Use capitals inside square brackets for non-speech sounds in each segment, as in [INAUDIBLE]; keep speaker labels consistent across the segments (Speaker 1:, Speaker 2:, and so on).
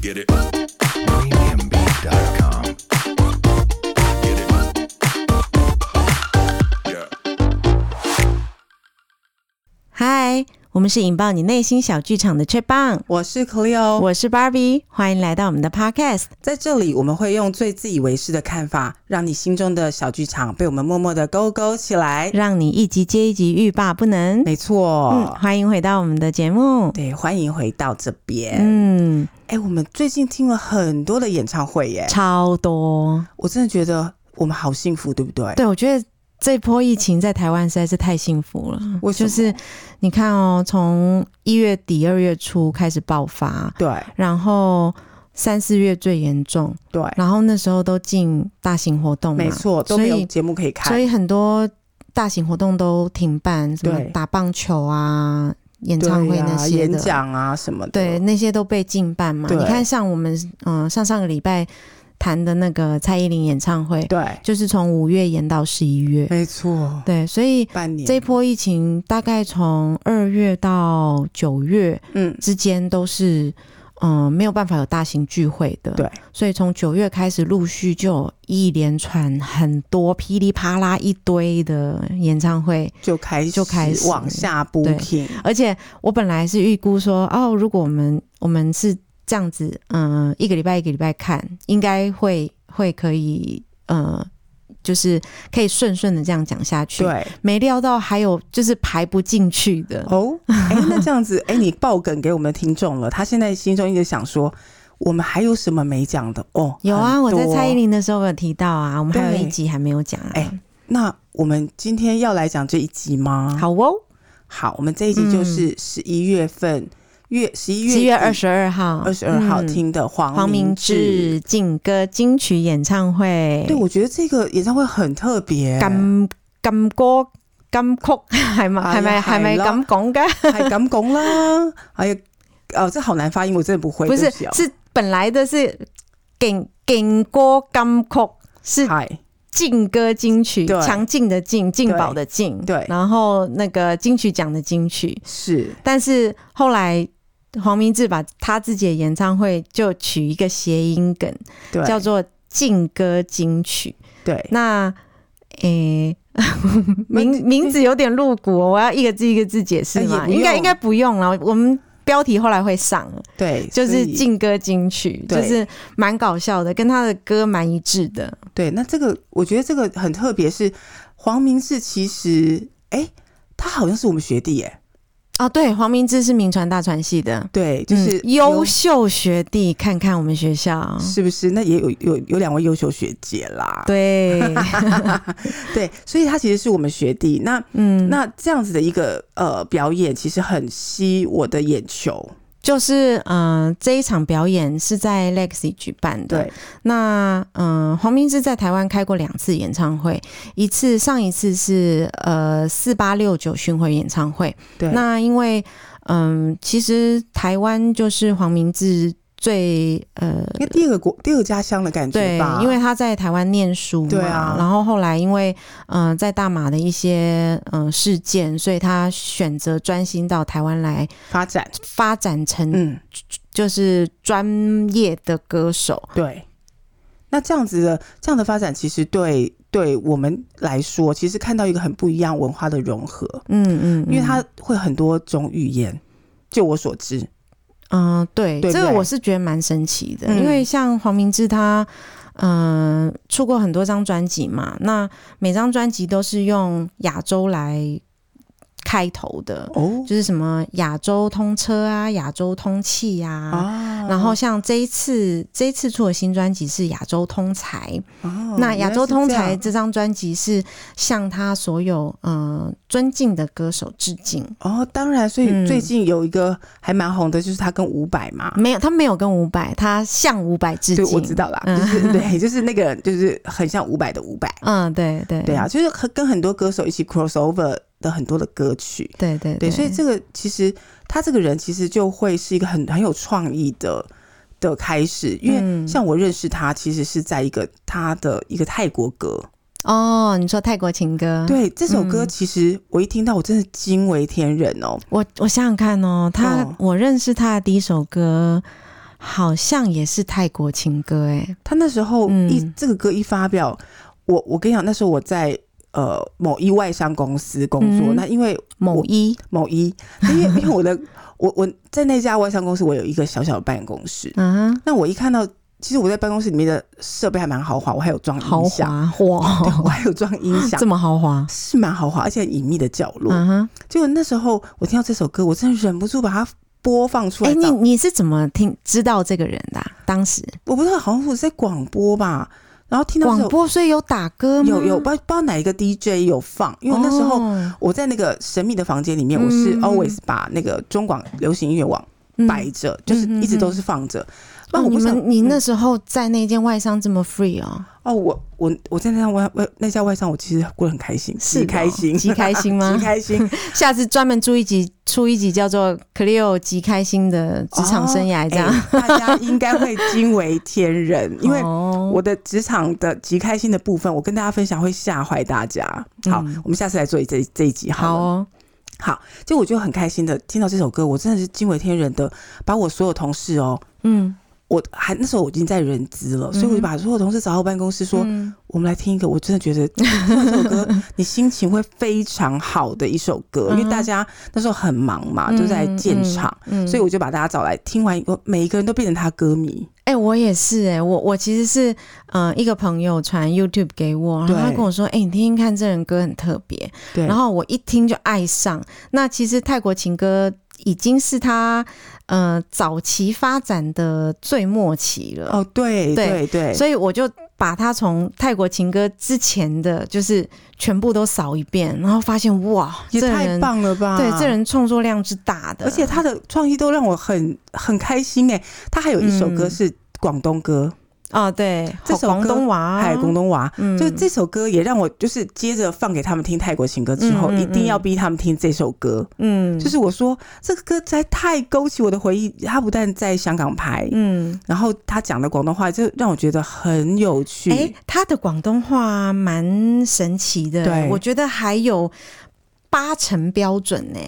Speaker 1: Get it. Premiumbeat.com. Get it. Yeah.
Speaker 2: 嗨，我们是引爆你内心小剧场的 c h i p 棒，
Speaker 3: 我哦是 Cleo，
Speaker 2: 我是 Barbie，欢迎来到我们的 Podcast。
Speaker 3: 在这里我们会用最自以为是的看法，让你心中的小剧场被我们默默的勾勾起来。
Speaker 2: 让你一集接一集欲罢不能。
Speaker 3: 没错，
Speaker 2: 嗯，欢迎回到我们的节目。
Speaker 3: 对，欢迎回到这边。
Speaker 2: 嗯，
Speaker 3: 哎、我们最近听了很多的演唱会耶，
Speaker 2: 超多。
Speaker 3: 我真的觉得我们好幸福，对不对？
Speaker 2: 对，我觉得这波疫情在台湾实在是太幸福了。
Speaker 3: 为什
Speaker 2: 就
Speaker 3: 么
Speaker 2: 是你看哦，从一月底、二月初开始爆发，
Speaker 3: 对
Speaker 2: 然后三四月最严重，
Speaker 3: 对，
Speaker 2: 然后那时候都进大型活动嘛，
Speaker 3: 没错，
Speaker 2: 嗯
Speaker 3: 都
Speaker 2: 所
Speaker 3: 没有
Speaker 2: 以
Speaker 3: 节目可以
Speaker 2: 所
Speaker 3: 看。
Speaker 2: 以很多大型活动都停办，什么
Speaker 3: 对
Speaker 2: 打棒球啊、演
Speaker 3: 对
Speaker 2: 唱会那
Speaker 3: 啊，
Speaker 2: 些
Speaker 3: 演
Speaker 2: 的，
Speaker 3: 讲啊什么的，
Speaker 2: 对，那些都被禁办嘛。
Speaker 3: 对
Speaker 2: 你看，像我们嗯、呃上上个礼拜谈的那个蔡依林演唱会，
Speaker 3: 对，
Speaker 2: 就是从五月延到十一月，
Speaker 3: 没错，
Speaker 2: 对，所以。
Speaker 3: 半年
Speaker 2: 这一波疫情大概从二月到九月
Speaker 3: 嗯，
Speaker 2: 之间都是，嗯、没有办法有大型聚会的。
Speaker 3: 对，
Speaker 2: 所以从九月开始，陆续就有一连串很多噼里啪啦一堆的演唱会，
Speaker 3: 就开始
Speaker 2: 就开始
Speaker 3: 往下 booking，
Speaker 2: 而且我本来是预估说，哦，如果我们我们是这样子，嗯、一个礼拜一个礼拜看，应该会会可以，呃，就是可以顺顺的这样讲下去。，
Speaker 3: 对。
Speaker 2: 没料到还有就是排不进去的。
Speaker 3: 哦，哎、那这样子，哎、你爆梗给我们的听众了，他现在心中一直想说，我们还有什么没讲的？哦，
Speaker 2: 有啊，我
Speaker 3: 很多
Speaker 2: 在蔡依。林的时候有提到啊，我们还有
Speaker 3: 对
Speaker 2: 一集还没有讲啊。
Speaker 3: 哎那我们今天要来讲这一集吗？
Speaker 2: 好哦，
Speaker 3: 好，我们这一集就是十一月份、月十一月
Speaker 2: 七月二十二号，
Speaker 3: 二十二号
Speaker 2: 嗯
Speaker 3: 听的黄
Speaker 2: 黄明
Speaker 3: 志。
Speaker 2: 志劲歌金曲演唱会，
Speaker 3: 对，我觉得这个演唱会很特别，
Speaker 2: 咁咁歌咁曲 [LAUGHS] 系咪
Speaker 3: 哎呀
Speaker 2: 系咪系
Speaker 3: 係
Speaker 2: 咪
Speaker 3: 啦
Speaker 2: 咁講噶？
Speaker 3: 还敢拱啦！哎呀，哦，这好难发音，我真的不会。
Speaker 2: 不
Speaker 3: 对
Speaker 2: 是
Speaker 3: 起哦，
Speaker 2: 是本来的是劲劲歌金曲是
Speaker 3: 嗨，
Speaker 2: 劲歌金曲，
Speaker 3: 对
Speaker 2: 强劲的劲，劲宝的劲，
Speaker 3: 对
Speaker 2: 然后那个金曲奖的金曲，
Speaker 3: 是
Speaker 2: 但是后来。黄明志把他自己的演唱会就取一个谐音梗，
Speaker 3: 对，
Speaker 2: 叫做“劲歌金曲”。
Speaker 3: 对，
Speaker 2: 那诶、
Speaker 3: 那
Speaker 2: 名名字有点露骨、哦，我要一个字一个字解释嘛。
Speaker 3: 哎也不用
Speaker 2: 应该应该不用了，我们标题后来会上，
Speaker 3: 对，
Speaker 2: 就
Speaker 3: 所
Speaker 2: 是
Speaker 3: 以
Speaker 2: 劲歌金曲，就
Speaker 3: 对
Speaker 2: 是蛮搞笑的，跟他的歌蛮一致的。
Speaker 3: 对，那这个我觉得这个很特别，是黄明志其实，哎、他好像是我们学弟耶，
Speaker 2: 哦，对，黄明志是名传大传系的，
Speaker 3: 对，就是
Speaker 2: 嗯优、秀学弟，看看我们学校。
Speaker 3: 是不是？那也有有有两位优秀学姐啦，
Speaker 2: 对， [LAUGHS]
Speaker 3: 对，所以他其实是我们学弟。那
Speaker 2: 嗯，
Speaker 3: 那这样子的一个呃表演，其实很吸我的眼球，
Speaker 2: 就是嗯、呃这一场表演是在 Lexi 举办的，
Speaker 3: 对
Speaker 2: 那嗯、呃黄明志在台湾开过两次演唱会，一次上一次是呃四八六九巡回演唱会。
Speaker 3: 对，
Speaker 2: 那因为嗯、其实台湾就是黄明志最呃
Speaker 3: 应该第二个国第二个家乡的感
Speaker 2: 对
Speaker 3: 觉吧，，
Speaker 2: 因为他在台湾念书嘛，
Speaker 3: 对啊
Speaker 2: 然后后来因为嗯、呃在大马的一些嗯、呃事件，所以他选择专心到台湾来
Speaker 3: 发展，
Speaker 2: 发展成
Speaker 3: 嗯，
Speaker 2: 就是专业的歌手。
Speaker 3: 对。那这样子的这样的发展，其实对对我们来说，其实看到一个很不一样文化的融合。
Speaker 2: 嗯嗯，
Speaker 3: 因为
Speaker 2: 嗯
Speaker 3: 他会很多种语言。就我所知，
Speaker 2: 嗯，对，
Speaker 3: 对不
Speaker 2: 这个
Speaker 3: 对
Speaker 2: 我是觉得蛮神奇的，
Speaker 3: 嗯
Speaker 2: 因为像黄明志他，嗯、出过很多张专辑嘛，那每张专辑都是用亚洲来开头的，
Speaker 3: 哦
Speaker 2: 就是什么亚洲通车啊，亚洲通气呀、啊。
Speaker 3: 啊
Speaker 2: 然后像这一次，这一次出的新专辑是《亚洲通才》，
Speaker 3: 哦
Speaker 2: 那《亚洲通才》
Speaker 3: 原来是
Speaker 2: 这张专辑是向他所有嗯尊敬的歌手致敬。
Speaker 3: 这样哦，当然，所以
Speaker 2: 嗯
Speaker 3: 最近有一个还蛮红的，就是他跟伍佰嘛，
Speaker 2: 没有，他没有跟伍佰，他向伍佰致
Speaker 3: 对，
Speaker 2: 敬。
Speaker 3: 我知道啦，
Speaker 2: 嗯 [LAUGHS]
Speaker 3: 就是对，就是那个人，就是很像伍佰的伍佰，
Speaker 2: 嗯，对对
Speaker 3: 对啊，，就是和跟很多歌手一起 crossover 的很多的歌曲，
Speaker 2: 对对
Speaker 3: 对，所以这个其实他这个人其实就会是一个很很有创意的的开始，因为
Speaker 2: 嗯
Speaker 3: 像我认识他，其实是在一个他的一个泰国歌，
Speaker 2: 哦，你说泰国情歌，
Speaker 3: 对，这首歌
Speaker 2: 嗯
Speaker 3: 其实我一听到，我真是惊为天人哦。
Speaker 2: 我我想想看哦，他、
Speaker 3: 哦
Speaker 2: 我认识他的第一首歌好像也是泰国情歌，哎，
Speaker 3: 他那时候
Speaker 2: 嗯
Speaker 3: 一、这个歌一发表，我我跟你讲，那时候我在呃某一外商公司工作，
Speaker 2: 嗯
Speaker 3: 那因为
Speaker 2: 某一
Speaker 3: 某一， [LAUGHS] 因为因为我的我我在那家外商公司，我有一个小小的办公室，
Speaker 2: 啊，
Speaker 3: 那我一看到，其实我在办公室里面的设备还蛮豪华，我还有装
Speaker 2: 豪
Speaker 3: 音响，
Speaker 2: 华
Speaker 3: 对我
Speaker 2: 哇，
Speaker 3: 还有装音
Speaker 2: [LAUGHS]
Speaker 3: 响
Speaker 2: 这。么豪华，
Speaker 3: 是蛮豪华，而且很隐秘的角落。
Speaker 2: 嗯哼，
Speaker 3: 结果那时候我听到这首歌，我真的忍不住把它播放出
Speaker 2: 哎、
Speaker 3: 来找。
Speaker 2: 你你是怎么听知道这个人的啊、当时
Speaker 3: 我不知道，好像是在广播吧，然后听到这
Speaker 2: 广
Speaker 3: 首
Speaker 2: 播所以有打歌吗？
Speaker 3: 有有，不知道不知道哪一个 DJ 有放，因为那时候
Speaker 2: 哦
Speaker 3: 我在那个神秘的房间里面，我是
Speaker 2: 嗯
Speaker 3: always 把那个中广流行音乐网摆
Speaker 2: 嗯
Speaker 3: 着，就是一直都是放着。那、
Speaker 2: 哦
Speaker 3: 我
Speaker 2: 你
Speaker 3: 不想
Speaker 2: 们你那
Speaker 3: 嗯
Speaker 2: 时候在那间外商这么 free 哦，
Speaker 3: 哦，我我我在那家外外那家外商，我其实过得很开心，
Speaker 2: 是
Speaker 3: 极开
Speaker 2: 哦
Speaker 3: 心，
Speaker 2: 极开心吗
Speaker 3: [LAUGHS] 极
Speaker 2: [LAUGHS]
Speaker 3: 开心。
Speaker 2: 下次专门出一集，出一集叫做《Cleo 极开心的职场生涯》这样。
Speaker 3: 哎大家应该会惊为
Speaker 2: [LAUGHS]
Speaker 3: 天人，哎因为
Speaker 2: 哦
Speaker 3: 我的职场的极开心的部分，我跟大家分享会吓坏大家。好，
Speaker 2: 嗯
Speaker 3: 我们下次来做这这一集好
Speaker 2: 好
Speaker 3: 了。
Speaker 2: 哦，
Speaker 3: 好，就我就很开心的听到这首歌，我真的是惊为天人的，把我所有同事哦，
Speaker 2: 嗯，
Speaker 3: 我还那时候我已经在人资了，所以我就把所有同事找到办公室说，
Speaker 2: 嗯
Speaker 3: 我们来听一个，我真的觉得听完这首歌，你心情会非常好的一首歌，因为大家那时候很忙嘛，都在建厂，，
Speaker 2: 嗯嗯嗯嗯
Speaker 3: 所以我就把大家找来听完以后，每一个人都变成他歌迷。
Speaker 2: 哎、我也是哎、我我其实是呃一个朋友传 YouTube 给我，然后他
Speaker 3: 对
Speaker 2: 跟我说，哎、你听听看，这人歌很特别，
Speaker 3: 对，
Speaker 2: 然后我一听就爱上。那其实泰国情歌已经是他呃早期发展的最末期了，
Speaker 3: 哦，对
Speaker 2: 对
Speaker 3: 对对，
Speaker 2: 所以我就把它从泰国情歌之前的就是全部都扫一遍，然后发现哇，
Speaker 3: 也
Speaker 2: 这
Speaker 3: 太
Speaker 2: 人、
Speaker 3: 棒了吧？
Speaker 2: 对这。人创作量之大的，
Speaker 3: 而且他的创意都让我很很开心哎、他还有一首歌
Speaker 2: 嗯
Speaker 3: 是广东歌，
Speaker 2: 啊，对，
Speaker 3: 这
Speaker 2: 好
Speaker 3: 首
Speaker 2: 广
Speaker 3: 歌
Speaker 2: 东娃，
Speaker 3: 还有广，东娃，
Speaker 2: 嗯
Speaker 3: 就这首歌也让我就是接着放给他们听泰国情歌之后，
Speaker 2: 嗯嗯
Speaker 3: 一定要逼他们听这首歌。
Speaker 2: 嗯，
Speaker 3: 就是我说这个歌实在太勾起我的回忆，它不但在香港拍，
Speaker 2: 嗯，
Speaker 3: 然后他讲的广东话就让我觉得很有趣。
Speaker 2: 哎、他的广东话蛮神奇的，
Speaker 3: 对
Speaker 2: 我觉得还有八成标准呢、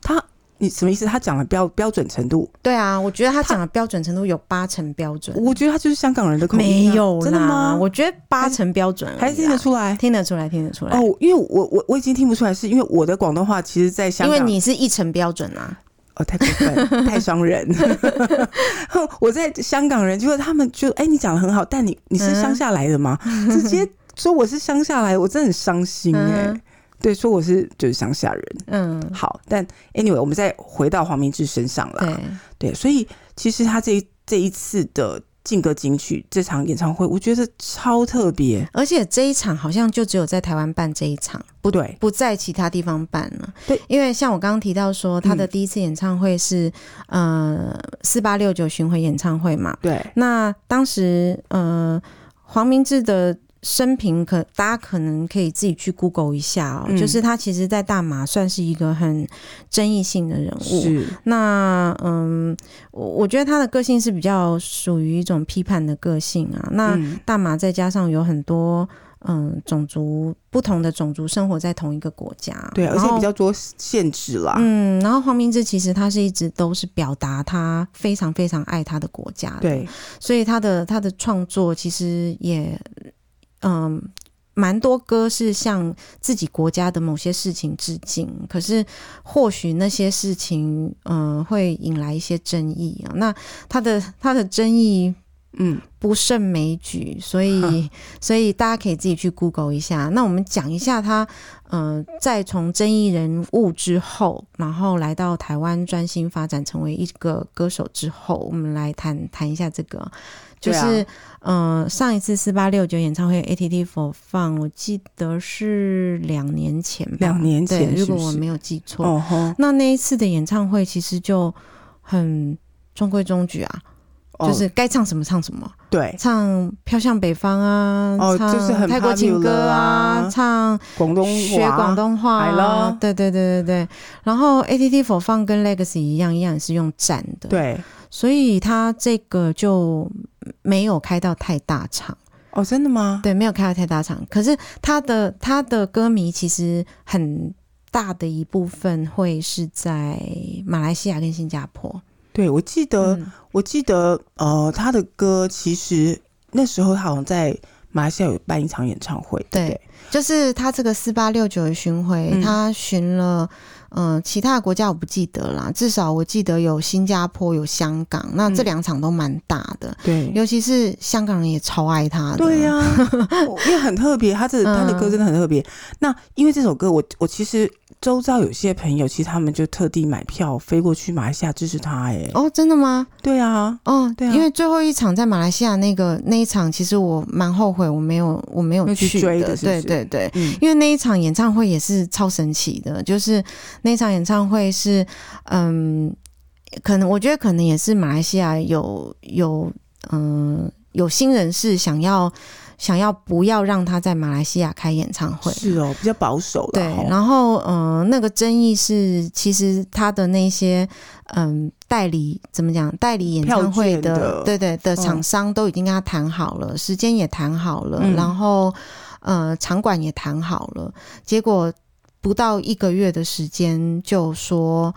Speaker 3: 他你什么意思？他讲的标标准程度，
Speaker 2: 对啊，我觉得他讲的标准程度有八成标准，
Speaker 3: 哦我觉得他就是香港人的口
Speaker 2: 嗯没
Speaker 3: 音、啊，
Speaker 2: 有啦，
Speaker 3: 真的吗？
Speaker 2: 我觉得八成标准而已啦
Speaker 3: 还是听得出来。
Speaker 2: 听得出来，听得出来。
Speaker 3: 哦，因为我我我已经听不出来，是因为我的广东话其实，在香
Speaker 2: 因
Speaker 3: 港
Speaker 2: 为你是一成标准啊，
Speaker 3: 哦，太过
Speaker 2: [LAUGHS]
Speaker 3: 分，太伤人。 [LAUGHS] 我在香港人，就是他们就哎、你讲的很好，但你你是乡下来的吗？直接说我是乡下来，我真的很伤心哎、
Speaker 2: 嗯
Speaker 3: 对，说我是就是乡下人。
Speaker 2: 嗯，
Speaker 3: 好，但 anyway，我们再回到黄明志身上啦。
Speaker 2: 对，
Speaker 3: 对，所以其实他这一这一次的劲歌金曲这场演唱会，我觉得超特别。
Speaker 2: 而且这一场好像就只有在台湾办这一场，
Speaker 3: 不对，
Speaker 2: 不在其他地方办了。
Speaker 3: 对，嗯
Speaker 2: 因为像我刚刚提到说，他的第一次演唱会是、呃四八六九巡回演唱会嘛，
Speaker 3: 对，
Speaker 2: 那当时呃黄明志的。生平可大家可能可以自己去 Google 一下哦，
Speaker 3: 嗯
Speaker 2: 就是他其实，在大马算是一个很争议性的人物。
Speaker 3: 是，
Speaker 2: 那嗯，我我觉得他的个性是比较属于一种批判的个性啊。那、
Speaker 3: 嗯
Speaker 2: 大麻再加上有很多嗯种族不同的种族生活在同一个国家，
Speaker 3: 对，而
Speaker 2: 然
Speaker 3: 且
Speaker 2: 后
Speaker 3: 比较多限制啦。
Speaker 2: 嗯，然后黄明志其实他是一直都是表达他非常非常爱他的国家的，
Speaker 3: 对，
Speaker 2: 所以他的他的创作其实也嗯。蛮多歌是向自己国家的某些事情致敬，可是或许那些事情，嗯、会引来一些争议啊。那他的他的争议
Speaker 3: 嗯，
Speaker 2: 不胜枚举，所
Speaker 3: [LAUGHS]
Speaker 2: 以所以大家可以自己去 Google 一下。那我们讲一下他，呃，在从争议人物之后，然后来到台湾专心发展成为一个歌手之后，我们来谈谈一下这个，就
Speaker 3: 对啊
Speaker 2: 是、呃，上一次四八六九演唱会 ATT for 放，我记得是两年前吧，
Speaker 3: 两年前
Speaker 2: 对，
Speaker 3: 是
Speaker 2: 如
Speaker 3: 不
Speaker 2: 果我
Speaker 3: 是
Speaker 2: 没有记错，
Speaker 3: 哦吼，
Speaker 2: 那那一次的演唱会其实就很中规中矩啊，
Speaker 3: 哦
Speaker 2: 就是该唱什么唱什么。
Speaker 3: 对，
Speaker 2: 唱《飘向北方》啊，
Speaker 3: 哦
Speaker 2: 唱
Speaker 3: 就是很
Speaker 2: 泰国情歌
Speaker 3: popular 啊
Speaker 2: 唱
Speaker 3: 广东啊
Speaker 2: 学广东话、
Speaker 3: 海
Speaker 2: 啊
Speaker 3: 咯，
Speaker 2: 对对对对对。然后 ATT 佛放跟 Legacy 一样，一样也是用站的，，
Speaker 3: 对，
Speaker 2: 所以它这个就没有开到太大场。
Speaker 3: 哦，真的吗？
Speaker 2: 对，没有开到太大场。可是他的他的歌迷其实很大的一部分会是在马来西亚跟新加坡。
Speaker 3: 对，我记得，
Speaker 2: 嗯，
Speaker 3: 我记得，呃，他的歌其实那时候他好像在马来西亚有办一场演唱会，对不
Speaker 2: 对就是他这个四八六九的巡回，
Speaker 3: 嗯
Speaker 2: 他巡了，嗯、其他的国家我不记得啦，至少我记得有新加坡，有香港，那这
Speaker 3: 嗯
Speaker 2: 两场都蛮大的，
Speaker 3: 对对
Speaker 2: 尤其是香港人也超爱他的。
Speaker 3: 对
Speaker 2: [LAUGHS]
Speaker 3: 呀、我因为很特别，他这他的歌
Speaker 2: 嗯
Speaker 3: 真的很特别。那因为这首歌，我我其实周遭有些朋友，其实他们就特地买票飞过去马来西亚支持他、哎、
Speaker 2: 哦，真的吗？
Speaker 3: 对啊，
Speaker 2: 哦，
Speaker 3: 对啊
Speaker 2: 因为最后一场在马来西亚那个那一场，其实我蛮后悔我没有我没
Speaker 3: 没
Speaker 2: 有
Speaker 3: 有去
Speaker 2: 去
Speaker 3: 追
Speaker 2: 的，
Speaker 3: 的是不是
Speaker 2: 对对对。
Speaker 3: 嗯，
Speaker 2: 因为那一场演唱会也是超神奇的，就是那一场演唱会是，嗯，可能我觉得可能也是马来西亚有有嗯、有新人士想要想要不要让他在马来西亚开演唱会，
Speaker 3: 是哦，比较保守的
Speaker 2: 对，
Speaker 3: 哦，
Speaker 2: 然后嗯、呃那个争议是，其实他的那些嗯、代理怎么讲，代理演唱会
Speaker 3: 票券的
Speaker 2: 对对的厂
Speaker 3: 嗯
Speaker 2: 商都已经跟他谈好了，时间也谈好了，
Speaker 3: 嗯
Speaker 2: 然后呃场馆也谈好了，结果不到一个月的时间就说。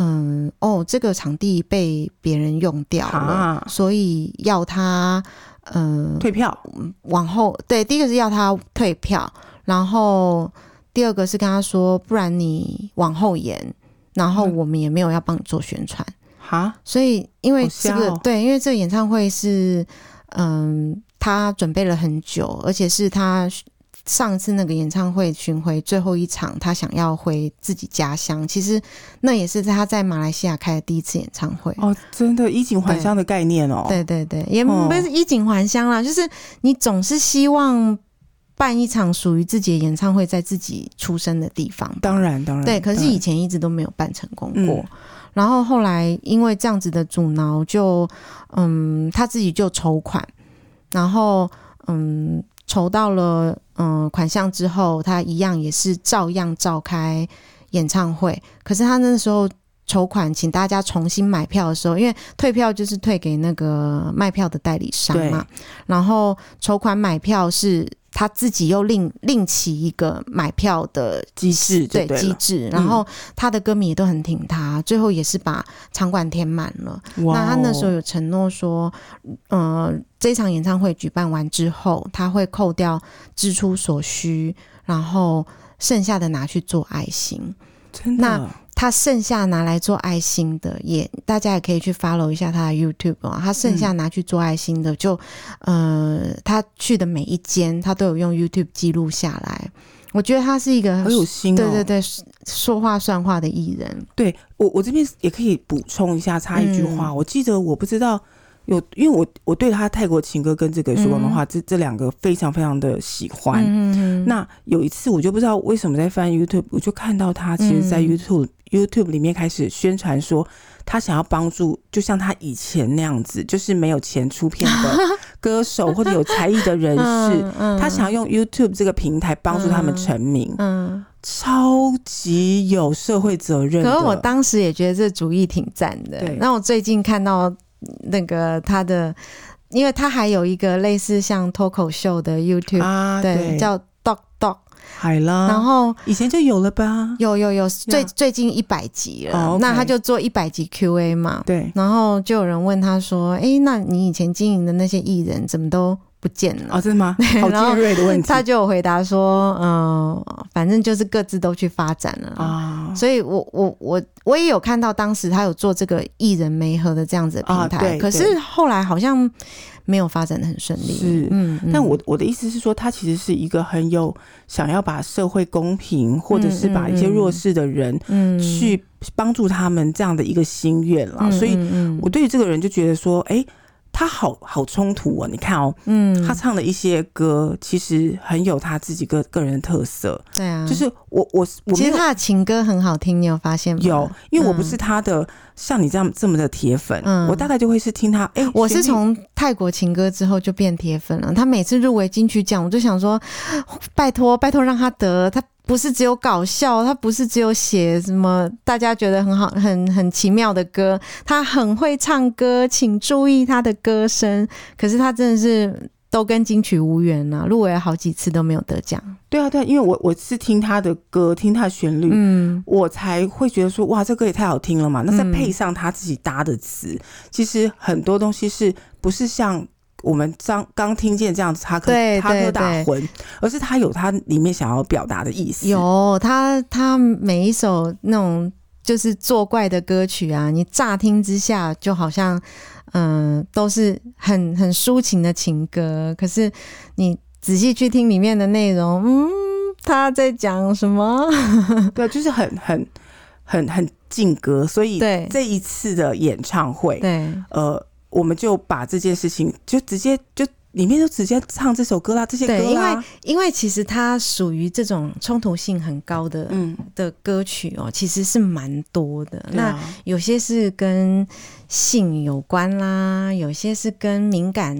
Speaker 2: 嗯，哦，这个场地被别人用掉了，
Speaker 3: 啊
Speaker 2: 所以要他，嗯、
Speaker 3: 退票，
Speaker 2: 往后，对，第一个是要他退票，然后第二个是跟他说，不然你往后延，然后
Speaker 3: 嗯
Speaker 2: 我们也没有要帮你做宣传。
Speaker 3: 哈，
Speaker 2: 所以，因为这
Speaker 3: 嗯好
Speaker 2: 个、
Speaker 3: 瞎哦
Speaker 2: 对，因为这个演唱会是，嗯，他准备了很久，而且是他上次那个演唱会巡回最后一场，他想要回自己家乡。其实那也是在他在马来西亚开的第一次演唱会。
Speaker 3: 哦，真的衣锦还乡的概念哦，
Speaker 2: 对对对，也
Speaker 3: 哦
Speaker 2: 不是衣锦还乡啦，就是你总是希望办一场属于自己的演唱会，在自己出生的地方。
Speaker 3: 当然当然，
Speaker 2: 对，可是
Speaker 3: 当然
Speaker 2: 以前一直都没有办成功过。
Speaker 3: 嗯
Speaker 2: 然后后来因为这样子的阻挠就，嗯，他自己就筹款，然后嗯，筹到了嗯款项之后，他一样也是照样召开演唱会。可是他那时候筹款请大家重新买票的时候，因为退票就是退给那个卖票的代理商嘛，然后筹款买票是。他自己又另另起一个买票的
Speaker 3: 机制就
Speaker 2: 对
Speaker 3: 对
Speaker 2: 机
Speaker 3: 了
Speaker 2: 制，然后他的歌迷也都很挺他，最后也是把场馆填满了。
Speaker 3: 哇
Speaker 2: 那他那时候
Speaker 3: 哦
Speaker 2: 有承诺说，呃，这场演唱会举办完之后，他会扣掉支出所需，然后剩下的拿去做爱心。
Speaker 3: 哦真的
Speaker 2: 那他剩下拿来做爱心的也，大家也可以去 follow 一下
Speaker 3: 嗯
Speaker 2: 他的 YouTube 啊。他剩下拿去做爱心的，就呃，他去的每一间，他都有用 YouTube 记录下来。我觉得他是一个
Speaker 3: 好有心哦，
Speaker 2: 对对对，说说话算话的艺人，
Speaker 3: 对我，我这边也可以补充一下，插一句话。
Speaker 2: 嗯
Speaker 3: 我记得我不知道有，因为我我对他泰国情歌跟这个说广东话、这这两个非常非常的喜欢。
Speaker 2: 嗯嗯嗯
Speaker 3: 那有一次我就不知道为什么在翻 YouTube，我就看到他其实，在
Speaker 2: 嗯
Speaker 3: YouTube、YouTube 里面开始宣传说，他想要帮助，就像他以前那样子，就是没有钱出片
Speaker 2: [LAUGHS]
Speaker 3: 的歌手或者有才艺的人士，
Speaker 2: 嗯
Speaker 3: 他想要用 YouTube 这个平台帮助他们
Speaker 2: 嗯
Speaker 3: 成名，
Speaker 2: 嗯，
Speaker 3: 超级有社会责任的。
Speaker 2: 可是我当时也觉得这主意挺赞的
Speaker 3: 对。
Speaker 2: 那我最近看到那个他的，因为他还有一个类似像脱口秀的 YouTube，、
Speaker 3: 啊，
Speaker 2: 对，叫 Dog Dog，、
Speaker 3: 海啦，
Speaker 2: 然后
Speaker 3: 以前就有了吧？
Speaker 2: 有有有最最近一百集了，
Speaker 3: 哦，OK
Speaker 2: 那他就做一百集 Q&A 嘛，
Speaker 3: 对，
Speaker 2: 然后就有人问他说：“哎、那你以前经营的那些艺人怎么都不见了？”
Speaker 3: 哦，真
Speaker 2: [LAUGHS]
Speaker 3: 的吗？好
Speaker 2: 然后
Speaker 3: 尖锐的问题
Speaker 2: 他就有回答说，嗯、反正就是各自都去发展了啊。
Speaker 3: 啊
Speaker 2: 所以我，我我我也有看到，当时他有做这个艺人媒合的这样子的平
Speaker 3: 啊
Speaker 2: 台，
Speaker 3: 对
Speaker 2: 可是后来好像没有发展的很顺利。
Speaker 3: 是
Speaker 2: 嗯，嗯
Speaker 3: 但我我的意思是说，他其实是一个很有想要把社会公平，或者是把一些弱势的人
Speaker 2: 嗯
Speaker 3: 去帮助他们这样的一个心愿啦。所以，
Speaker 2: 嗯
Speaker 3: 我对于这个人就觉得说，哎、他好好冲突哦！你看哦，
Speaker 2: 嗯
Speaker 3: 他唱的一些歌其实很有他自己个个人的特色，
Speaker 2: 对啊，
Speaker 3: 就是我我我
Speaker 2: 其
Speaker 3: 没
Speaker 2: 实
Speaker 3: 有
Speaker 2: 他的情歌很好听，你有发现吗？
Speaker 3: 有，，因为我不
Speaker 2: 嗯
Speaker 3: 是他的、像你这样这么的铁粉，
Speaker 2: 嗯
Speaker 3: 我大概就会是听他，哎、
Speaker 2: 我是
Speaker 3: 学弟
Speaker 2: 从泰国情歌之后就变铁粉了。他每次入围金曲奖，我就想说， [SIGHS] 拜托拜托让他得，他不是只有搞笑，他不是只有写什么大家觉得很好、很很奇妙的歌，他很会唱歌，请注意他的歌声。可是他真的是。都跟金曲无缘呐、入围了好几次都没有得奖。
Speaker 3: 对啊，对啊，因为我我是听他的歌，听他的旋律，
Speaker 2: 嗯，
Speaker 3: 我才会觉得说哇，这歌也太好听了嘛。那再
Speaker 2: 嗯
Speaker 3: 配上他自己搭的词，其实很多东西是不是像我们刚刚听见这样子插科
Speaker 2: 对
Speaker 3: 插科
Speaker 2: 对
Speaker 3: 打
Speaker 2: 对
Speaker 3: 诨，而是他有他里面想要表达的意思。
Speaker 2: 有他他每一首那种就是作怪的歌曲啊，你乍听之下就好像嗯、呃都是很很抒情的情歌，可是你仔细去听里面的内容，嗯，他在讲什么？
Speaker 3: [LAUGHS] 对，就是很很很很劲歌，所以
Speaker 2: 对
Speaker 3: 这一次的演唱会，
Speaker 2: 对，
Speaker 3: 呃，我们就把这件事情就直接就里面就直接唱这首歌啦，这些
Speaker 2: 对
Speaker 3: 歌啦，
Speaker 2: 因为其实它属于这种冲突性很高的、
Speaker 3: 嗯，
Speaker 2: 的歌曲哦，其实是蛮多的。
Speaker 3: 对
Speaker 2: 那
Speaker 3: 啊
Speaker 2: 有些是跟性有关啦，有些是跟敏感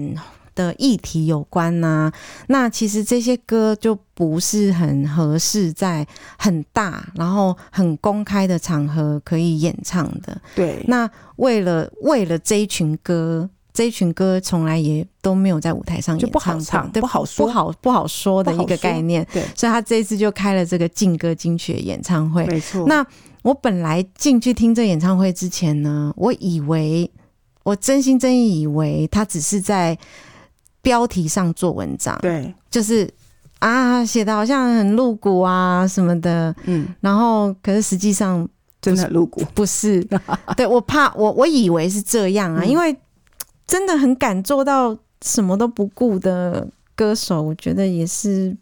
Speaker 2: 的议题有关呐、那其实这些歌就不是很合适在很大然后很公开的场合可以演唱的。
Speaker 3: 对，
Speaker 2: 那为了为了这一群歌。这一群歌从来也都没有在舞台上演
Speaker 3: 就
Speaker 2: 唱
Speaker 3: 不好
Speaker 2: 过
Speaker 3: 唱，
Speaker 2: 对
Speaker 3: 不好
Speaker 2: 不
Speaker 3: 说，
Speaker 2: 好不好说的一个概念，
Speaker 3: 对，
Speaker 2: 所以他这一次就开了这个劲歌金曲的演唱会。
Speaker 3: 没错。
Speaker 2: 那我本来进去听这演唱会之前呢，我以为我真心真意以为他只是在标题上做文章，
Speaker 3: 对，
Speaker 2: 就是啊写的好像很露骨啊什么的，
Speaker 3: 嗯，
Speaker 2: 然后可是实际上
Speaker 3: 真的很露骨，
Speaker 2: 不
Speaker 3: [LAUGHS]
Speaker 2: 是，对我怕我我以为是这样啊，
Speaker 3: 嗯
Speaker 2: 因为真的很敢做到什么都不顾的歌手，我觉得也是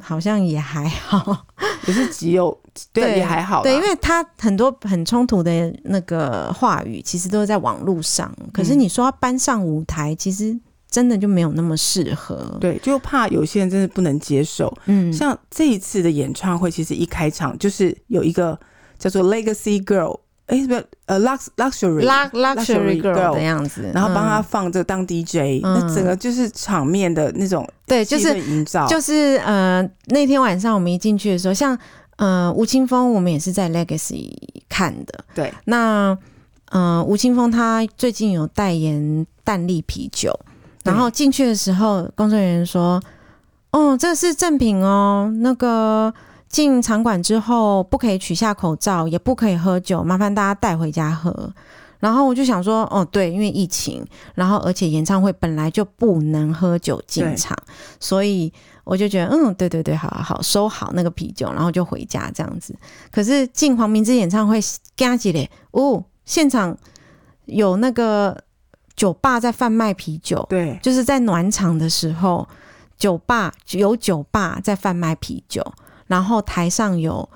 Speaker 2: 好像也还好，
Speaker 3: 也是只有对也还好啦，
Speaker 2: 对，因为他很多很冲突的那个话语，其实都是在网络上，可是
Speaker 3: 嗯
Speaker 2: 你说要搬上舞台，其实真的就没有那么适合。，
Speaker 3: 对，就怕有些人真的不能接受。
Speaker 2: 嗯，
Speaker 3: 像这一次的演唱会，其实一开场就是有一个叫做 Legacy Girl，哎，不是，呃，Lux Luxury
Speaker 2: 拉 luxury
Speaker 3: Luxury Girl
Speaker 2: girl 的样子，
Speaker 3: 然后帮他
Speaker 2: 嗯
Speaker 3: 放这个当 DJ，、
Speaker 2: 嗯
Speaker 3: 那整个就是场面的那种
Speaker 2: 对，就是
Speaker 3: 气氛营造，
Speaker 2: 就是呃，那天晚上我们一进去的时候，像呃吴青峰，我们也是在 Legacy 看的。
Speaker 3: 对，
Speaker 2: 那呃吴青峰他最近有代言蛋力啤酒，然后进去的时候，工作人员说：“哦，这是正品哦，那个。”进场馆之后，不可以取下口罩，也不可以喝酒，麻烦大家带回家喝。然后我就想说，哦，对，因为疫情，然后而且演唱会本来就不能喝酒进
Speaker 3: 对
Speaker 2: 场，所以我就觉得，嗯，对对对，好好好，收好那个啤酒，然后就回家这样子。可是进黄明志演唱会，嘎几嘞，哦，现场有那个酒吧在贩卖啤酒，
Speaker 3: 对
Speaker 2: 就是在暖场的时候，酒吧有酒吧在贩卖啤酒，然后台上有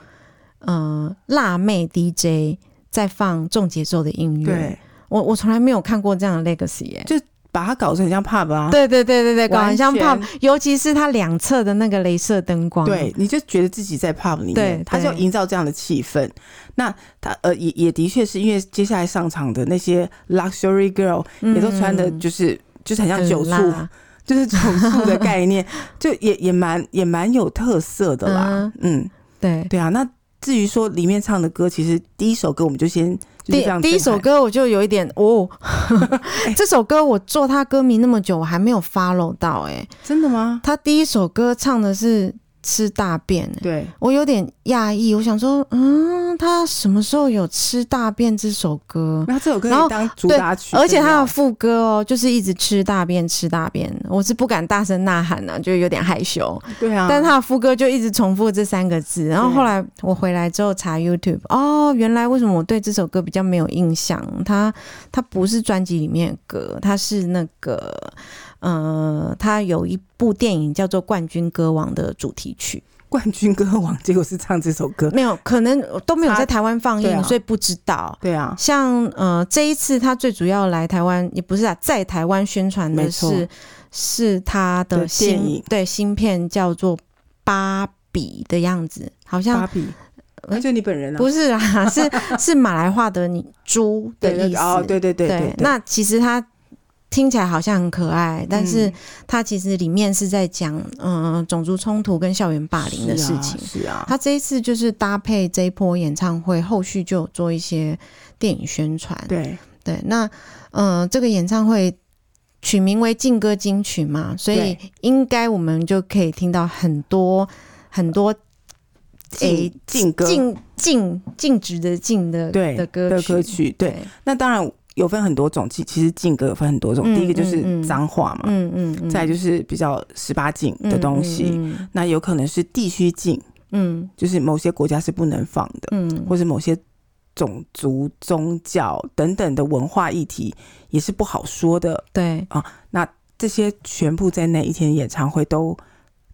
Speaker 2: 呃辣妹 DJ 在放重节奏的音乐。
Speaker 3: 对，
Speaker 2: 我我从来没有看过这样的 legacy 耶、
Speaker 3: 把它搞成很像 pub 啊，
Speaker 2: 对对对对对，搞得很像 pub，
Speaker 3: 完全
Speaker 2: 尤其是它两侧的那个镭射灯光，
Speaker 3: 对，你就觉得自己在 pub 里面
Speaker 2: 对，
Speaker 3: 他就
Speaker 2: 对
Speaker 3: 营造这样的气氛。那他呃也也的确是因为接下来上场的那些 luxury girl
Speaker 2: 嗯，
Speaker 3: 也都穿的就是、就是很像
Speaker 2: 很
Speaker 3: 酒醋，
Speaker 2: 辣
Speaker 3: 就是酒醋的概念， [LAUGHS] 就也也蛮也蛮有特色的啦。嗯
Speaker 2: 对。
Speaker 3: 对啊。那至于说里面唱的歌，其实第一首歌我们就先就是
Speaker 2: 第
Speaker 3: 非常
Speaker 2: 第一首
Speaker 3: 震撼
Speaker 2: 歌我就有一点
Speaker 3: [LAUGHS]
Speaker 2: 哦， [LAUGHS]
Speaker 3: 哎
Speaker 2: 这首歌我做他歌迷那么久，我还没有 follow 到哎、
Speaker 3: 真的吗？
Speaker 2: 他第一首歌唱的是吃大便、欸，
Speaker 3: 对，
Speaker 2: 我有点讶异，我想说，嗯，他什么时候有吃大便这首歌？
Speaker 3: 那这首歌
Speaker 2: 然
Speaker 3: 也
Speaker 2: 后
Speaker 3: 当主
Speaker 2: 对
Speaker 3: 打曲，
Speaker 2: 而且他
Speaker 3: 真
Speaker 2: 的
Speaker 3: 的啊
Speaker 2: 副歌哦，就是一直吃大便吃大便，我是不敢大声呐喊呢、就有点害羞。
Speaker 3: 对啊，
Speaker 2: 但他的副歌就一直重复这三个字。然后后来我回来之后查 YouTube，哦，原来为什么我对这首歌比较没有印象？它它不是专辑里面的歌，它是那个呃，它有一部电影叫做《冠军歌王》的主题曲。
Speaker 3: 冠军歌王结果是唱这首歌，
Speaker 2: 没有，可能都没有
Speaker 3: 差
Speaker 2: 在台湾放
Speaker 3: 对啊
Speaker 2: 映，所以不知道。
Speaker 3: 对啊，
Speaker 2: 像呃，这一次他最主要来台湾，也不是啊，在台湾宣传
Speaker 3: 没
Speaker 2: 的
Speaker 3: 错
Speaker 2: 是是他的
Speaker 3: 的
Speaker 2: 新
Speaker 3: 电影
Speaker 2: 对新片叫做《芭比》的样子，好像
Speaker 3: 芭比，
Speaker 2: 呃
Speaker 3: 那就你本人啊，
Speaker 2: 不是啦， [LAUGHS] 是是马来话的你猪的
Speaker 3: 对
Speaker 2: 意思。
Speaker 3: 哦，对对对对，对
Speaker 2: 那其实它听起来好像很可爱，但是
Speaker 3: 嗯
Speaker 2: 它其实里面是在讲嗯、呃种族冲突跟校园霸凌的事情。
Speaker 3: 是啊，是啊
Speaker 2: 他这一次就是搭配这一波演唱会，后续就有做一些电影宣传。
Speaker 3: 对
Speaker 2: 对，那呃，这个演唱会取名为劲歌金曲嘛，所以
Speaker 3: 对
Speaker 2: 应该我们就可以听到很多很多诶
Speaker 3: 劲哎劲歌
Speaker 2: 禁禁禁止的禁的
Speaker 3: 对
Speaker 2: 的歌曲
Speaker 3: 歌曲对。那当然有分很多种，其其实劲歌有分很多种。
Speaker 2: 嗯
Speaker 3: 第一个就
Speaker 2: 嗯嗯
Speaker 3: 是脏话嘛，
Speaker 2: 嗯嗯嗯，
Speaker 3: 再来就是比较十八禁的东西。
Speaker 2: 嗯
Speaker 3: 那有可能是地区禁，
Speaker 2: 嗯
Speaker 3: 就是某些国家是不能放的，
Speaker 2: 嗯嗯
Speaker 3: 或是某些种族、宗教等等的文化议题也是不好说的。
Speaker 2: 对
Speaker 3: 这些全部在那一天演唱会都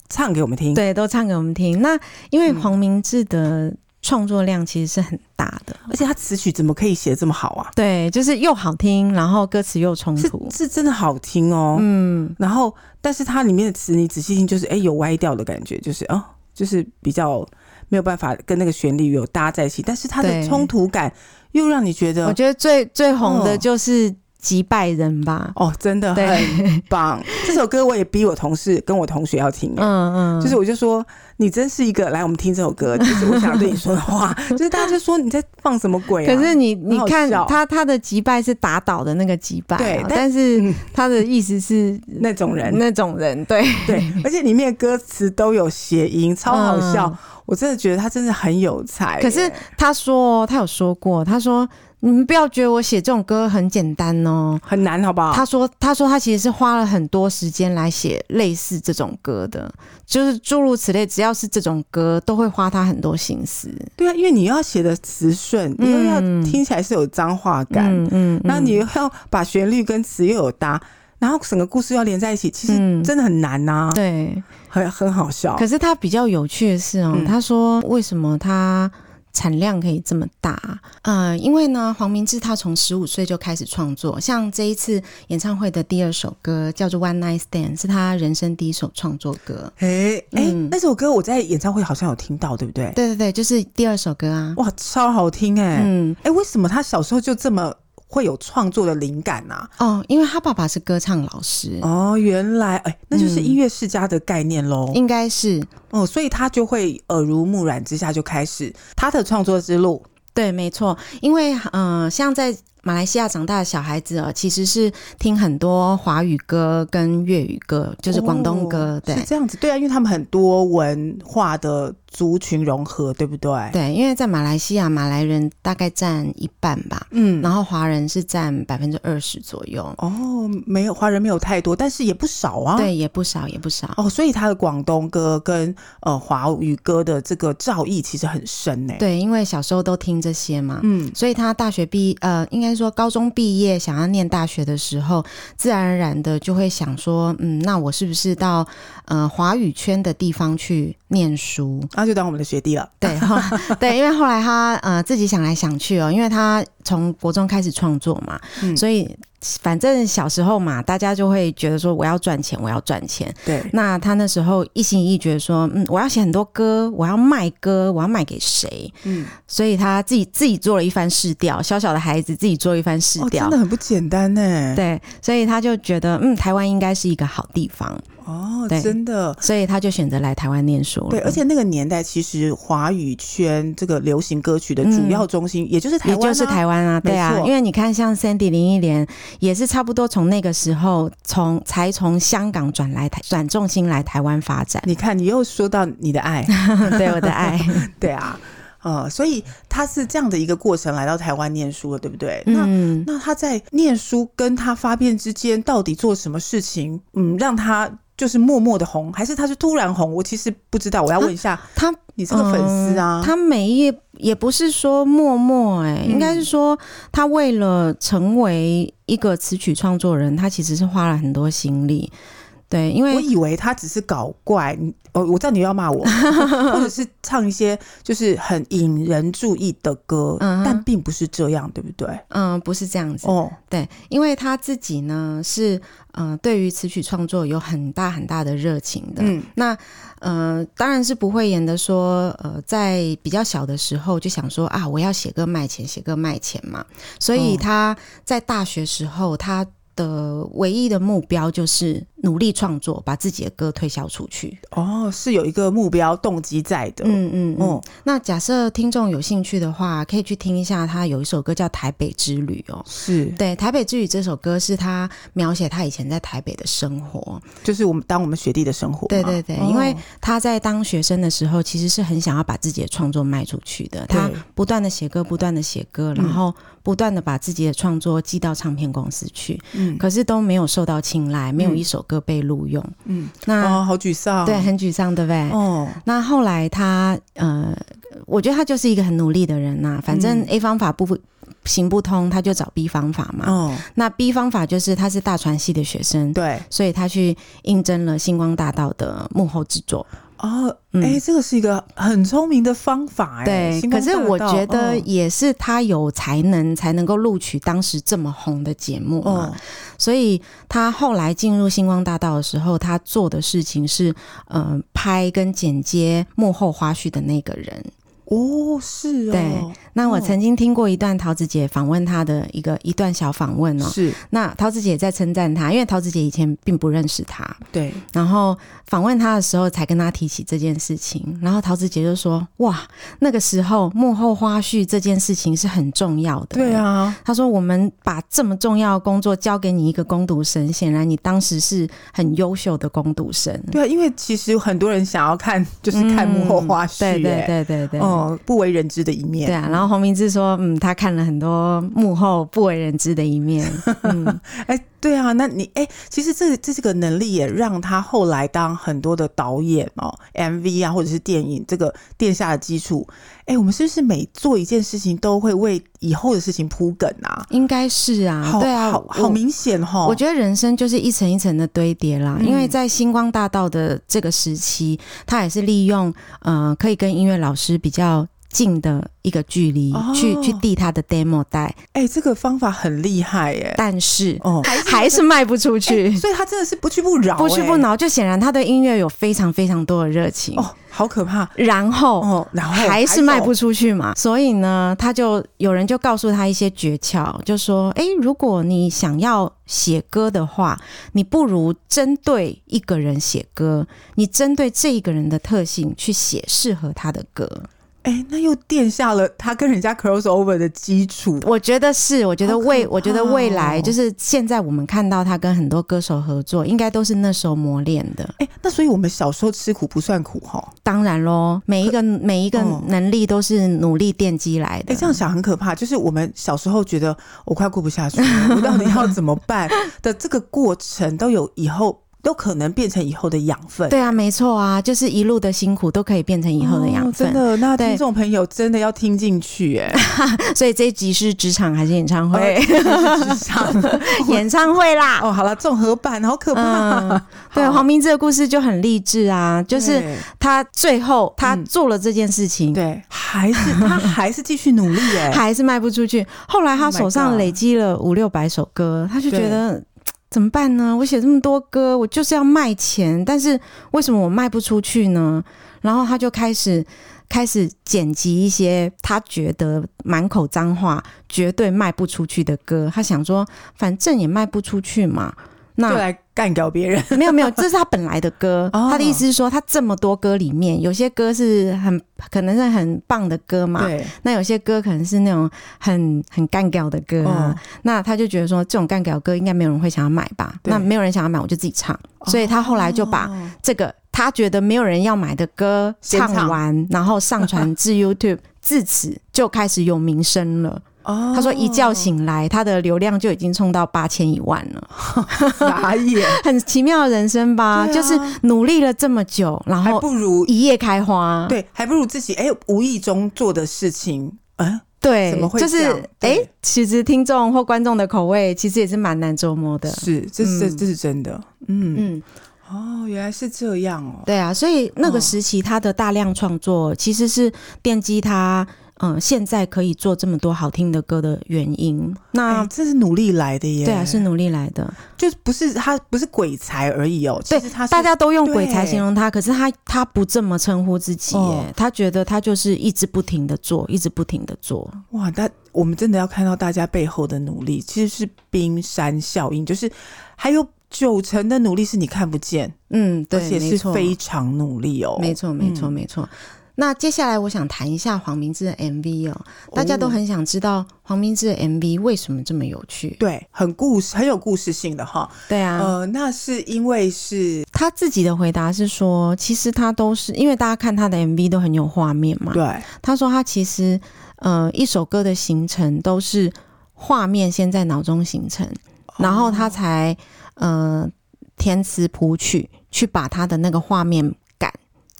Speaker 3: 唱给我们听。
Speaker 2: 对，都唱给我们听。那因为
Speaker 3: 嗯
Speaker 2: 黄明志的创作量其实是很大的，
Speaker 3: 而且他词曲怎么可以写这么好啊？
Speaker 2: 对，就是又好听，然后歌词又冲
Speaker 3: 是
Speaker 2: 突，
Speaker 3: 是真的好听哦。
Speaker 2: 嗯，
Speaker 3: 然后，但是它里面的词你仔细听，就是哎、有歪掉的感觉，就是哦，就是比较没有办法跟那个旋律有搭在一起，但是它的
Speaker 2: 对
Speaker 3: 冲突感又让你觉
Speaker 2: 我
Speaker 3: 得
Speaker 2: 觉得最最红的
Speaker 3: 哦
Speaker 2: 就是击败人吧，
Speaker 3: 哦，真的
Speaker 2: 对
Speaker 3: 很
Speaker 2: [LAUGHS]
Speaker 3: 棒。这首歌我也逼我同事跟我同学要听、哎
Speaker 2: 嗯嗯，
Speaker 3: 就是我就说你真是一个来，我们听这首歌，就是我想对你说的
Speaker 2: [LAUGHS]
Speaker 3: 话，就是大家就说你在放什么鬼、啊？
Speaker 2: 可是你你
Speaker 3: 很好
Speaker 2: 看
Speaker 3: 笑
Speaker 2: 他他的击败是打倒的那个击败啊、
Speaker 3: 对但
Speaker 2: 但是
Speaker 3: 嗯
Speaker 2: 他的意思是
Speaker 3: 那种人，
Speaker 2: 那种人，对，
Speaker 3: 对，
Speaker 2: [LAUGHS]
Speaker 3: 而且里面的歌词都有谐音，超好笑。
Speaker 2: 嗯
Speaker 3: 我真的觉得他真的很有才、
Speaker 2: 可是
Speaker 3: 哎
Speaker 2: 他说哦他有说过，他说你们不要觉得我写这种歌很简单哦。
Speaker 3: 很难，好不好？
Speaker 2: 他说：“他说他其实是花了很多时间来写类似这种歌的，就是诸如此类，只要是这种歌，都会花他很多心思。
Speaker 3: 对啊，因为你要写的词顺，你又要听起来是有脏话感，
Speaker 2: 嗯嗯，
Speaker 3: 那、
Speaker 2: 嗯
Speaker 3: 你又要把旋律跟词又有搭，然后整个故事要连在一起，其实
Speaker 2: 嗯
Speaker 3: 真的很难呐、
Speaker 2: 对
Speaker 3: 很很好笑。
Speaker 2: 可是他比较有趣的是哦，
Speaker 3: 嗯
Speaker 2: 他说为什么他产量可以这么大？呃，因为呢，黄明志他从十五岁就开始创作，像这一次演唱会的第二首歌叫做《One Night Stand》，是他人生第一首创作歌。
Speaker 3: 哎哎、
Speaker 2: 嗯
Speaker 3: 那首歌我在演唱会好像有听到，对不对？
Speaker 2: 对对对，就是第二首歌啊。
Speaker 3: 哇，超好听哎、哎、
Speaker 2: 嗯，
Speaker 3: 为什么他小时候就这么会有创作的灵感呐、
Speaker 2: 哦，因为他爸爸是歌唱老师，
Speaker 3: 哦，原来哎、那就是
Speaker 2: 嗯
Speaker 3: 音乐世家的概念喽。
Speaker 2: 应该是
Speaker 3: 哦，所以他就会耳濡目染之下就开始他的创作之路。
Speaker 2: 对，没错，因为呃，像在马来西亚长大的小孩子哦，其实是听很多华语歌跟粤语歌，就是广东歌，
Speaker 3: 哦
Speaker 2: 对
Speaker 3: 是，这样子，对啊，因为他们很多文化的族群融合，对不对？，
Speaker 2: 对，因为在马来西亚，马来人大概占一半吧，
Speaker 3: 嗯，
Speaker 2: 然后华人是占百分之二十左右，
Speaker 3: 哦，没有华人没有太多，但是也不少啊。，
Speaker 2: 对，也不少，也不少。
Speaker 3: 哦，所以他的广东歌跟呃华语歌的这个造诣其实很深呢。，
Speaker 2: 对，因为小时候都听这些嘛，
Speaker 3: 嗯，
Speaker 2: 所以他大学毕呃，应该说高中毕业想要念大学的时候，自然而然的就会想说，嗯，那我是不是到呃华语圈的地方去念书？
Speaker 3: 那就当我们的学弟了。 [LAUGHS]
Speaker 2: 对，后对，因为后来他呃自己想来想去哦，因为他从国中开始创作嘛，
Speaker 3: 嗯
Speaker 2: 所以反正小时候嘛，大家就会觉得说我要赚钱，我要赚钱。
Speaker 3: 对，
Speaker 2: 那他那时候一心一意觉得说，嗯，我要写很多歌，我要卖歌，我要卖给谁？
Speaker 3: 嗯，
Speaker 2: 所以他自己自己做了一番试调，小小的孩子自己做一番试
Speaker 3: 哦，
Speaker 2: 调。
Speaker 3: 真的很不简单呢。，
Speaker 2: 对，所以他就觉得，嗯，台湾应该是一个好地方，
Speaker 3: 哦，
Speaker 2: 对
Speaker 3: 真的。
Speaker 2: 所以他就选择来台湾念书了。
Speaker 3: 对，而且那个年代，其实华语圈这个流行歌曲的主要中心，也就是
Speaker 2: 嗯
Speaker 3: 台
Speaker 2: 也
Speaker 3: 湾、啊，
Speaker 2: 就是台湾啊，
Speaker 3: 没
Speaker 2: 对啊，
Speaker 3: 错，
Speaker 2: 因为你看，像 Sandy 林忆莲也是差不多从那个时候从才从香港转来台转重心来台湾发展
Speaker 3: [LAUGHS] 你看，你又说到你
Speaker 2: [LAUGHS]
Speaker 3: 的爱，
Speaker 2: 对我的 [LAUGHS] 爱，
Speaker 3: 对啊，呃，所以他是这样的一个过程来到台湾念书了，对不对？那
Speaker 2: 嗯，
Speaker 3: 那他在念书跟他发片之间到底做什么事情？嗯，让他就是默默的红，还是他是突然红？我其实不知道，我要问一下
Speaker 2: 他
Speaker 3: 你这个粉丝啊，
Speaker 2: 嗯他每一也不是说默默哎、
Speaker 3: 嗯
Speaker 2: 应该是说他为了成为一个词曲创作人，他其实是花了很多心力，对，因
Speaker 3: 我
Speaker 2: 为
Speaker 3: 以为他只是搞怪，你哦，我知道你又要骂
Speaker 2: [LAUGHS]
Speaker 3: 我，或者是唱一些就是很引人注意的歌，
Speaker 2: 嗯哼
Speaker 3: 但并不是这样，对不对？
Speaker 2: 嗯，不是这样子，
Speaker 3: 哦，
Speaker 2: 对，因为他自己呢是呃对于词曲创作有很大很大的热情的，
Speaker 3: 嗯，
Speaker 2: 那呃，当然是不会演的说，呃，在比较小的时候就想说啊，我要写歌卖钱，写歌卖钱嘛。所以
Speaker 3: 哦
Speaker 2: 他在大学时候，他的唯一的目标就是努力创作，把自己的歌推销出去。
Speaker 3: 哦，是有一个目标动机在的。
Speaker 2: 嗯嗯嗯。
Speaker 3: 哦，
Speaker 2: 那假设听众有兴趣的话，可以去听一下他有一首歌叫《台北之旅》哦。
Speaker 3: 是，
Speaker 2: 对，《台北之旅》这首歌是他描写他以前在台北的生活。
Speaker 3: 就是我们当我们学弟的生活嘛。
Speaker 2: 对对对
Speaker 3: 哦
Speaker 2: 因为他在当学生的时候，其实是很想要把自己的创作卖出去的。
Speaker 3: 对
Speaker 2: 他不断的写歌，不断的写歌，
Speaker 3: 嗯
Speaker 2: 然后不断的把自己的创作寄到唱片公司去，
Speaker 3: 嗯
Speaker 2: 可是都没有受到青睐，没有
Speaker 3: 嗯
Speaker 2: 一首歌被录用。
Speaker 3: 嗯，
Speaker 2: 那、
Speaker 3: 哦，好沮丧。
Speaker 2: 对，很沮丧，对不对？
Speaker 3: 哦，
Speaker 2: 那后来他呃，我觉得他就是一个很努力的人呐、反正
Speaker 3: 嗯
Speaker 2: A 方法不行不通，他就找 B 方法嘛。
Speaker 3: 哦，
Speaker 2: 那 B 方法就是他是大传系的学生，
Speaker 3: 对，
Speaker 2: 所以他去应征了星光大道的幕后制作。
Speaker 3: 哦，
Speaker 2: 嗯
Speaker 3: 哎，这个是一个很聪明的方法，哎，
Speaker 2: 对，
Speaker 3: 星
Speaker 2: 可
Speaker 3: 光
Speaker 2: 是我
Speaker 3: 大道
Speaker 2: 觉得
Speaker 3: 哦
Speaker 2: 也是他有才能才能够录取当时这么红的节目嘛，
Speaker 3: 哦，
Speaker 2: 所以他后来进入星光大道的时候，他做的事情是，呃，拍跟剪接幕后花絮的那个人。
Speaker 3: 哦，是哦，
Speaker 2: 那我
Speaker 3: 哦
Speaker 2: 曾经听过一段桃子姐访问他的一个一段小访问哦，
Speaker 3: 是，
Speaker 2: 那桃子姐在称赞他，因为桃子姐以前并不认识他，
Speaker 3: 对，
Speaker 2: 然后访问他的时候才跟他提起这件事情，然后桃子姐就说：“哇，那个时候幕后花絮这件事情是很重要的。”
Speaker 3: 对。啊，
Speaker 2: 她说：“我们把这么重要的工作交给你一个攻读生，显然你当时是很优秀的攻读生，
Speaker 3: 对啊，因为其实很多人想要看，就是看幕后花絮，
Speaker 2: 嗯对对
Speaker 3: 哎
Speaker 2: 对对对，
Speaker 3: 哦，不为人知的一面。
Speaker 2: 对啊。然后洪明志说：“嗯，他看了很多幕后不为人知的一
Speaker 3: [LAUGHS]
Speaker 2: 面。嗯
Speaker 3: 哎、对啊，那你哎、其实这这个能力也让他后来当很多的导演哦、MV 啊，或者是电影这个殿下的基础。哎、我们是不是每做一件事情都会为以后的事情铺梗啊？
Speaker 2: 应该是啊，
Speaker 3: 好
Speaker 2: 对啊，
Speaker 3: 好
Speaker 2: 我
Speaker 3: 好明显哈、
Speaker 2: 我觉得人生就是一层一层的堆叠啦，
Speaker 3: 哦嗯
Speaker 2: 因为在星光大道的这个时期，他也是利用呃可以跟音乐老师比较近的一个距离、
Speaker 3: 哦
Speaker 2: 去去递他的 demo 带，
Speaker 3: 哎、这个方法很厉害耶、
Speaker 2: 但是、
Speaker 3: 哦，哎
Speaker 2: 还是卖不出去，
Speaker 3: 所以他真的是不屈不挠、
Speaker 2: 不屈不
Speaker 3: 哎
Speaker 2: 挠。就显然他对音乐有非常非常多的热情，
Speaker 3: 哦，好可怕
Speaker 2: 然后。
Speaker 3: 哦。然后
Speaker 2: 还是卖不
Speaker 3: 有
Speaker 2: 出去嘛，所以呢，他就有人就告诉他一些诀窍，就说：诶，如果你想要写歌的话，你不如针对一个人写歌，你针对这一个人的特性去写适合他的歌。
Speaker 3: 哎、那又垫下了他跟人家 crossover 的基础。
Speaker 2: 我觉得是，我觉得
Speaker 3: 好可
Speaker 2: 未， [LAUGHS]
Speaker 3: 怕
Speaker 2: 我觉得未来
Speaker 3: 哦
Speaker 2: 就是现在我们看到他跟很多歌手合作，应该都是那时候磨练的。
Speaker 3: 哎、那所以我们小时候吃苦不算苦哈、
Speaker 2: 当然喽，每一个每一个
Speaker 3: 哦
Speaker 2: 能力都是努力奠基来
Speaker 3: 哎、
Speaker 2: 的。
Speaker 3: 这样想很可怕。就是我们小时候觉得我快过不下去
Speaker 2: [LAUGHS]
Speaker 3: 了，我到底要怎么办的这个过程，都有以后都可能变成以后的养分。
Speaker 2: 对啊，没错啊，就是一路的辛苦都可以变成以后的养
Speaker 3: 哦
Speaker 2: 分。
Speaker 3: 真的，那
Speaker 2: 对
Speaker 3: 听众朋友真的要听进去
Speaker 2: [LAUGHS]
Speaker 3: 哎、
Speaker 2: 所以这一集是职场还是演唱会？
Speaker 3: 哦，职场
Speaker 2: [LAUGHS] 演唱会啦。
Speaker 3: [LAUGHS] 哦，好了，综合版好 [LAUGHS] 可怕。
Speaker 2: 嗯，对，
Speaker 3: 好
Speaker 2: 黄明志的故事就很励志啊，就是
Speaker 3: 对
Speaker 2: 他最后他
Speaker 3: 嗯
Speaker 2: 做了这件事情，
Speaker 3: 对，还是他还是继续努力哎、
Speaker 2: [LAUGHS] 还是卖不出去。后来他
Speaker 3: Oh my
Speaker 2: 手上
Speaker 3: God
Speaker 2: 累积了五六百首歌，他就
Speaker 3: 对
Speaker 2: 觉得。怎么办呢？我写这么多歌，我就是要卖钱，但是为什么我卖不出去呢？然后他就开始开始剪辑一些他觉得满口脏话、绝对卖不出去的歌。他想说，反正也卖不出去嘛，那
Speaker 3: 就来干掉别人。
Speaker 2: 没有没有，这是他本来的歌。
Speaker 3: [LAUGHS] 哦
Speaker 2: 他的意思是说，他这么多歌里面，有些歌是很可能是很棒的歌嘛，
Speaker 3: 对，
Speaker 2: 那有些歌可能是那种很很干掉的歌啊。
Speaker 3: 哦
Speaker 2: 那他就觉得说，这种干掉歌应该没有人会想要买吧？
Speaker 3: 对
Speaker 2: 那没有人想要买，我就自己唱。所以他后来就把
Speaker 3: 哦
Speaker 2: 这个他觉得没有人要买的歌
Speaker 3: 先唱
Speaker 2: 唱完，然后上传至 YouTube，自此就开始有名声了。
Speaker 3: 哦
Speaker 2: 他说一觉醒来，他的流量就已经冲到八千一万了。
Speaker 3: 傻眼，
Speaker 2: 很奇妙的人生吧，
Speaker 3: 对啊
Speaker 2: 就是努力了这么久， [LAUGHS] 然
Speaker 3: 还
Speaker 2: 后
Speaker 3: 不如
Speaker 2: 一夜开花。
Speaker 3: 对，还不如自己哎、无意中做的事情，哎、
Speaker 2: 嗯对
Speaker 3: 怎么会
Speaker 2: 就是
Speaker 3: 这样
Speaker 2: 哎、
Speaker 3: 对
Speaker 2: 其实听众或观众的口味其实也是蛮难琢磨的。
Speaker 3: 是，这是、这
Speaker 2: 嗯
Speaker 3: 这是真的，嗯，
Speaker 2: 嗯，
Speaker 3: 哦，原来是这样哦，
Speaker 2: 对啊，所以那个
Speaker 3: 哦
Speaker 2: 时期他的大量创作其实是奠基他嗯、呃现在可以做这么多好听的歌的原因。
Speaker 3: 哎、
Speaker 2: 那、
Speaker 3: 这是努力来的耶，
Speaker 2: 对啊，是努力来的。
Speaker 3: 就是不是他不是鬼才而已哦，其
Speaker 2: 对
Speaker 3: 实他是
Speaker 2: 大家都用
Speaker 3: 对
Speaker 2: 鬼才形容他，可是他他不这么称呼自己耶，
Speaker 3: 哦
Speaker 2: 他觉得他就是一直不停的做，一直不停的做。
Speaker 3: 哇，但我们真的要看到大家背后的努力，其实是冰山效应，就是还有九成的努力是你看不见，
Speaker 2: 嗯，
Speaker 3: 而
Speaker 2: 对，
Speaker 3: 且
Speaker 2: 没
Speaker 3: 是
Speaker 2: 错，
Speaker 3: 非常努力哦。
Speaker 2: 没错，没错，
Speaker 3: 嗯
Speaker 2: 没错。那接下来我想谈一下黄明志的 MV 哦，大家都很想知道黄明志的 MV 为什么这么有趣。
Speaker 3: 对，很故事，很有故事性的哈。
Speaker 2: 对啊，
Speaker 3: 呃，那是因为是
Speaker 2: 他自己的回答是说，其实他都是因为大家看他的 MV 都很有画面嘛。
Speaker 3: 对
Speaker 2: 他说他其实呃一首歌的形成都是画面先在脑中形成，然后他才呃填词谱曲去把他的那个画面感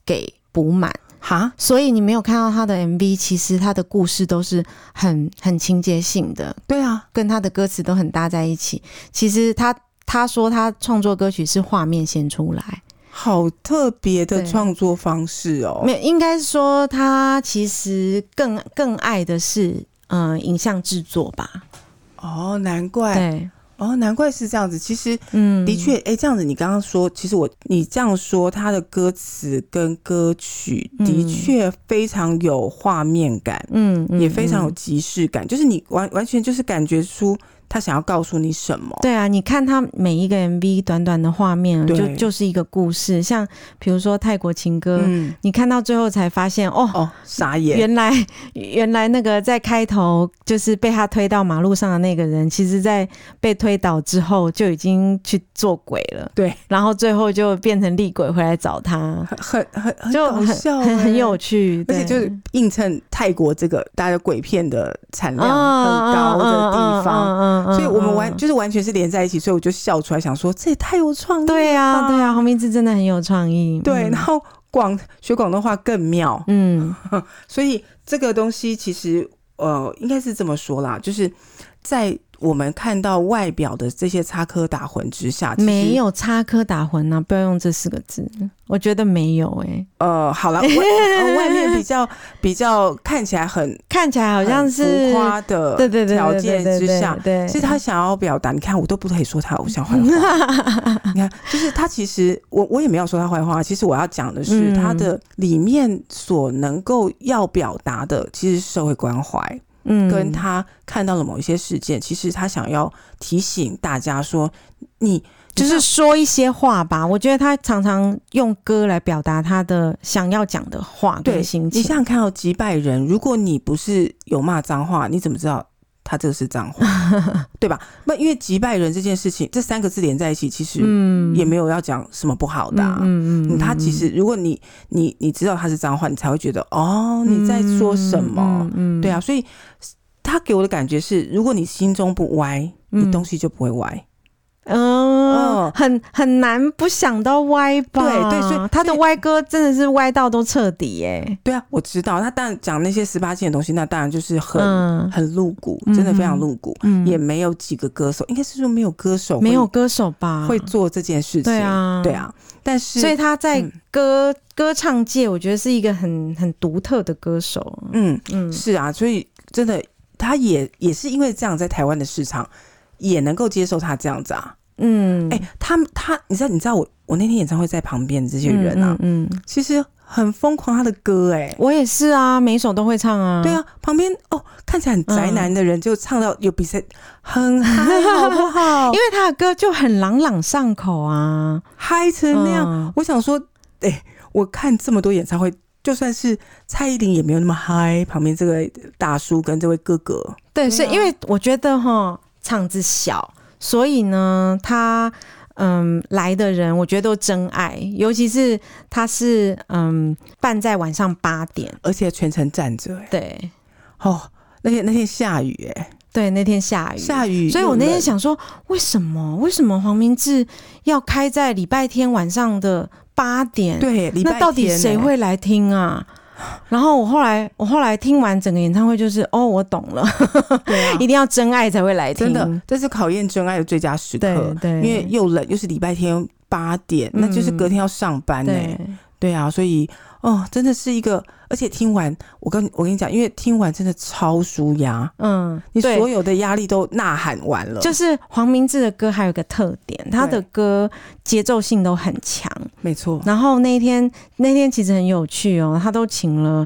Speaker 2: 给补满。
Speaker 3: 哈，
Speaker 2: 所以你没有看到他的 MV，其实他的故事都是很很情节性的，
Speaker 3: 对啊，
Speaker 2: 跟他的歌词都很搭在一起。其实他他说他创作歌曲是画面先出来。
Speaker 3: 好特别的
Speaker 2: 对
Speaker 3: 创作方式哦。
Speaker 2: 没有，应该说他其实更更爱的是嗯、呃影像制作吧。
Speaker 3: 哦，难怪
Speaker 2: 对，
Speaker 3: 哦，难怪是这样子。其实
Speaker 2: 嗯，
Speaker 3: 的确，哎、这样子你刚刚说，其实我你这样说，他的歌词跟歌曲的
Speaker 2: 嗯
Speaker 3: 确非常有画面感，
Speaker 2: 嗯，嗯，
Speaker 3: 也非常有
Speaker 2: 嗯
Speaker 3: 即视感，就是你完完全就是感觉出他想要告诉你什么。
Speaker 2: 对啊，你看他每一个 MV 短短的画面，
Speaker 3: 对
Speaker 2: 就就是一个故事。像比如说泰国情歌，
Speaker 3: 嗯，
Speaker 2: 你看到最后才发现哦。
Speaker 3: 哦，傻眼，
Speaker 2: 原来，原来那个在开头就是被他推到马路上的那个人，其实在被推倒之后就已经去做鬼了，
Speaker 3: 对，
Speaker 2: 然后最后就变成厉鬼回来找他。
Speaker 3: 很很很很
Speaker 2: 就
Speaker 3: 搞
Speaker 2: 很
Speaker 3: 笑、
Speaker 2: 很
Speaker 3: 欸
Speaker 2: 很有。趣，
Speaker 3: 而
Speaker 2: 对
Speaker 3: 且就是映衬泰国这个大家鬼片的产量
Speaker 2: 啊
Speaker 3: 很高的地方，，
Speaker 2: 嗯嗯嗯嗯嗯嗯嗯
Speaker 3: 所以我们完
Speaker 2: 嗯
Speaker 3: 就是完全是连在一起，所以我就笑出来，想说这也太有创意了吧。
Speaker 2: 对啊，对啊，黄明志真的很有创意，
Speaker 3: 对，然后啊广学广东话更妙，
Speaker 2: 嗯
Speaker 3: 所以这个东西其实呃，应该是这么说啦，就是在我们看到外表的这些插科打诨之下，其
Speaker 2: 嗯，
Speaker 3: 实
Speaker 2: 没有插科打诨啊，不要用这四个字，我觉得没有哎，
Speaker 3: 呃，
Speaker 2: [LAUGHS]
Speaker 3: 好了，外、呃外面比较比较看起来很
Speaker 2: 看起来好像
Speaker 3: 很
Speaker 2: 是
Speaker 3: 浮，夸的
Speaker 2: 对对对，对
Speaker 3: 条件之下，
Speaker 2: 对，对
Speaker 3: 其实他想要表达，你看我都不可以说他偶像坏话。
Speaker 2: [LAUGHS]
Speaker 3: 你看，就是他其实我我也没有说他坏话，其实我要讲的是
Speaker 2: 嗯
Speaker 3: 他的里面所能够要表达的，其实是社会关怀，
Speaker 2: 嗯
Speaker 3: 跟他看到了某一些事件，其实他想要提醒大家说，你
Speaker 2: 就是说一些话吧，我觉得他常常用歌来表达他的想要讲的话
Speaker 3: 对
Speaker 2: 跟心
Speaker 3: 你
Speaker 2: 情，
Speaker 3: 想想看哦，几百人，如果你不是有骂脏话，你怎么知道他这个是脏
Speaker 2: [LAUGHS]
Speaker 3: 话，对吧？那因为几百人这件事情，这三个字连在一起，其实
Speaker 2: 嗯
Speaker 3: 也没有要讲什么不好的、啊。
Speaker 2: 嗯
Speaker 3: 嗯，他其实，如果你你你知道他是脏话，你才会觉得哦，你在说什么？？
Speaker 2: 嗯
Speaker 3: 对啊，，所以他给我的感觉是，如果你心中不歪，
Speaker 2: 嗯
Speaker 3: 你东西就不会歪。
Speaker 2: 嗯，很很难不想到歪吧？
Speaker 3: 对对所以
Speaker 2: 他的歪歌真的是歪到都彻底耶、
Speaker 3: 对啊，我知道。他当然讲那些十八禁的东西，那当然就是很、
Speaker 2: 嗯
Speaker 3: 很露骨，真的非常露骨。
Speaker 2: 嗯
Speaker 3: [LAUGHS] 也没有几个歌手，应该是说没有歌手会
Speaker 2: 没有歌手吧？
Speaker 3: 会做这件事情。
Speaker 2: 对啊
Speaker 3: 对啊，但是
Speaker 2: 所以他在
Speaker 3: 嗯
Speaker 2: 歌、歌唱界，我觉得是一个很很独特的歌手。
Speaker 3: 嗯，
Speaker 2: 嗯，
Speaker 3: 是啊，所以真的，他也也是因为这样，在台湾的市场也能够接受他这样子啊。
Speaker 2: 嗯，
Speaker 3: 哎、他们他，你知道，你知道我我那天演唱会在旁边的这些人啊，
Speaker 2: 嗯，嗯嗯
Speaker 3: 其实很疯狂他的歌哎、
Speaker 2: 我也是啊，每一首都会唱啊。
Speaker 3: 对，啊，旁边哦，看起来很
Speaker 2: 嗯
Speaker 3: 宅男的人就唱到有比赛很嗨，好不好？因
Speaker 2: [LAUGHS] 因为
Speaker 3: 为
Speaker 2: 他的歌就很朗朗上口啊。
Speaker 3: 嗨成那样，
Speaker 2: 嗯
Speaker 3: 我想说，哎、我看这么多演唱会，就算是蔡依林也没有那么嗨。旁边这位大叔跟这位哥哥，
Speaker 2: 对，
Speaker 3: 啊
Speaker 2: 所以因为我觉得哈，场子小，所以呢，他嗯来的人，我觉得都真爱，尤其是他是嗯办在晚上八点，
Speaker 3: 而且全程站着、哎，
Speaker 2: 对
Speaker 3: 哦，那天那天下雨、哎，
Speaker 2: 对，那天下雨，
Speaker 3: 下雨，
Speaker 2: 所以我那
Speaker 3: 又
Speaker 2: 天
Speaker 3: 冷，
Speaker 2: 想说，为什么为什么黄明志要开在礼拜天晚上的八点？，
Speaker 3: 对，礼拜
Speaker 2: 那到底
Speaker 3: 天
Speaker 2: 谁
Speaker 3: 哎
Speaker 2: 会来听
Speaker 3: [GASPS]
Speaker 2: 啊？然后我后来，我后来听完整个演唱会，就是哦，我懂了，
Speaker 3: 对啊
Speaker 2: [LAUGHS] 一定要真爱才会来听，
Speaker 3: 真的，这是考验真爱的最佳时刻
Speaker 2: 对。对，
Speaker 3: 因为又冷，又是礼拜天八点，那就是
Speaker 2: 嗯
Speaker 3: 隔天要上班呢、
Speaker 2: 对，
Speaker 3: 对啊，所以哦，真的是一个，而且听完，我跟我跟你讲，因为听完真的超舒压，
Speaker 2: 嗯，
Speaker 3: 你
Speaker 2: 对
Speaker 3: 所有的压力都呐喊完了，
Speaker 2: 就是黄明志的歌还有一个特点，他的歌节奏性都很强。
Speaker 3: 没错，
Speaker 2: 然后那一天那天其实很有趣哦，他都请了，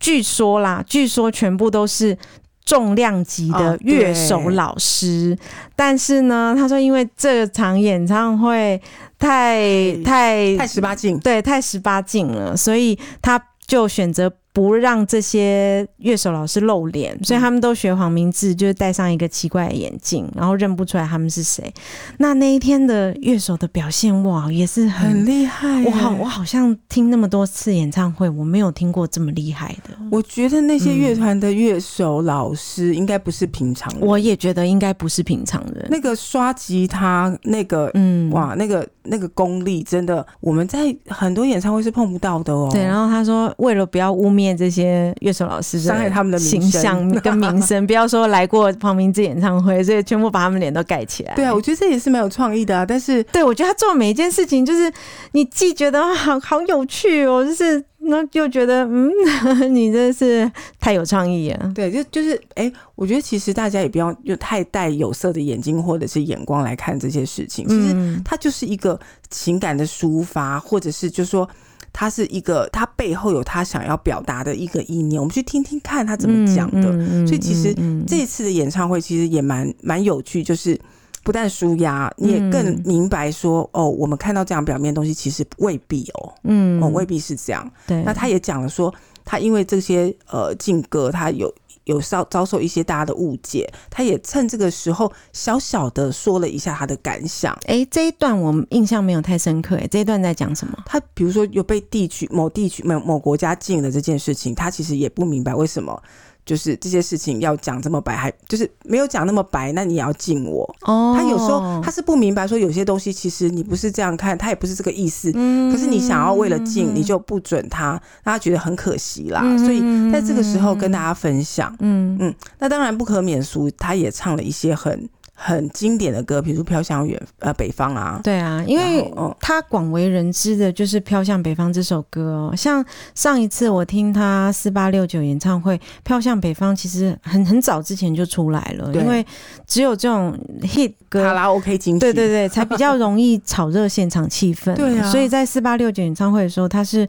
Speaker 2: 据说啦，据说全部都是重量级的
Speaker 3: 哦对
Speaker 2: 乐手老师，但是呢，他说因为这场演唱会太太
Speaker 3: 太十八禁，
Speaker 2: 对太十八禁了，所以他就选择不让这些乐手老师露脸，所以他们都学黄明志，就是戴上一个奇怪的眼镜，然后认不出来他们是谁。那那一天的乐手的表现哇，也是很
Speaker 3: 很厉害耶。
Speaker 2: 我好，我好像听那么多次演唱会，我没有听过这么厉害的。
Speaker 3: 我觉得那些
Speaker 2: 嗯
Speaker 3: 乐团的乐手老师应该不是平常人，
Speaker 2: 我也觉得应该不是平常人。
Speaker 3: 那个刷吉他那个。
Speaker 2: 嗯，
Speaker 3: 哇，那个那个功力真的，我们在很多演唱会是碰不到的哦。
Speaker 2: 对。然后他说，为了不要污蔑这些乐手老师的
Speaker 3: 伤害他们的名
Speaker 2: 形
Speaker 3: 声 [LAUGHS]
Speaker 2: 象跟名声，不要说来过黄明志演唱会，所以全部把他们脸都盖起来。
Speaker 3: 对啊，我觉得这也是蛮有创意的啊。但是
Speaker 2: 对，我觉得他做每一件事情，就是你既觉得啊好好有趣哦，就是那又觉得嗯， [LAUGHS] 你真的是太有创意了。
Speaker 3: 对，就就是哎、我觉得其实大家也不要就太戴有色的眼睛或者是眼光来看这些事情，其实
Speaker 2: 嗯，
Speaker 3: 它就是一个情感的抒发，或者是就说它是一个它背后有他想要表达的一个意念，我们去听听看他怎么讲的。
Speaker 2: 嗯嗯嗯
Speaker 3: 所以其实
Speaker 2: 嗯嗯
Speaker 3: 这次的演唱会其实也蛮蛮有趣，就是不但舒压，你也更
Speaker 2: 嗯
Speaker 3: 明白说、哦，我们看到这样表面的东西，其实未必哦，
Speaker 2: 嗯
Speaker 3: 哦，未必是这样。
Speaker 2: 对，
Speaker 3: 那他也讲了说，他因为这些呃禁歌，他有有遭遭受一些大家的误解，他也趁这个时候小小的说了一下他的感想。
Speaker 2: 哎、这一段我印象没有太深刻，哎，这一段在讲什么？
Speaker 3: 他比如说有被地区某地区某某国家禁的这件事情，他其实也不明白为什么，就是这些事情要讲这么白，还就是没有讲那么白，那你也要禁我。
Speaker 2: 哦，
Speaker 3: 他有时候他是不明白说有些东西其实你不是这样看，他也不是这个意思。
Speaker 2: 嗯
Speaker 3: 可是你想要为了禁，你
Speaker 2: 就
Speaker 3: 就不准他，那他觉得很可惜啦。
Speaker 2: 嗯
Speaker 3: 所以在这个时候跟大家分享，
Speaker 2: 嗯
Speaker 3: 嗯，那当然不可免俗，他也唱了一些很很经典的歌，比如《飘向远呃北方》啊，
Speaker 2: 对啊，因为
Speaker 3: 然后嗯
Speaker 2: 他广为人知的就是《飘向北方》这首歌哦。像上一次我听他四八六九演唱会，《飘向北方》其实很很早之前就出来了，
Speaker 3: 对
Speaker 2: 因为只有这种 hit
Speaker 3: 卡
Speaker 2: 歌。
Speaker 3: 拉 OK 金曲，
Speaker 2: 对对
Speaker 3: [LAUGHS]
Speaker 2: 对，才比较容易炒热现场气氛。
Speaker 3: 对啊
Speaker 2: 所以在四八六九演唱会的时候，它是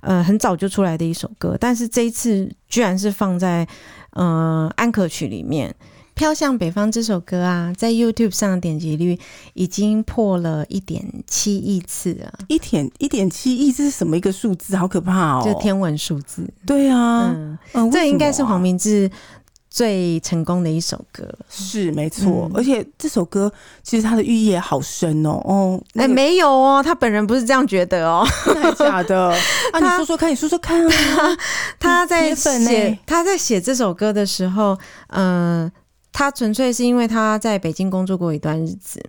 Speaker 2: 呃很早就出来的一首歌，但是这一次居然是放在呃安可曲里面。《飘向北方》这首歌啊，在 YouTube 上的点击率已经破了一点七亿次了，
Speaker 3: 一点一点七亿，这是什么一个数字？好可怕哦！
Speaker 2: 这天文数字。
Speaker 3: 对啊，
Speaker 2: 嗯，
Speaker 3: 嗯，
Speaker 2: 这应该是黄
Speaker 3: 黄。
Speaker 2: 明志最成功的一首歌。
Speaker 3: 是没错
Speaker 2: 嗯，
Speaker 3: 而且这首歌其实它的寓意也好深哦，哦，
Speaker 2: 哎、
Speaker 3: 那个
Speaker 2: 没有哦，他本人不是这样觉得哦。
Speaker 3: 真的假 [LAUGHS] 的啊？你说说看，你说说看啊！
Speaker 2: 他在
Speaker 3: 铁粉
Speaker 2: 写
Speaker 3: 欸
Speaker 2: 他在写这首歌的时候，呃，他纯粹是因为他在北京工作过一段日子，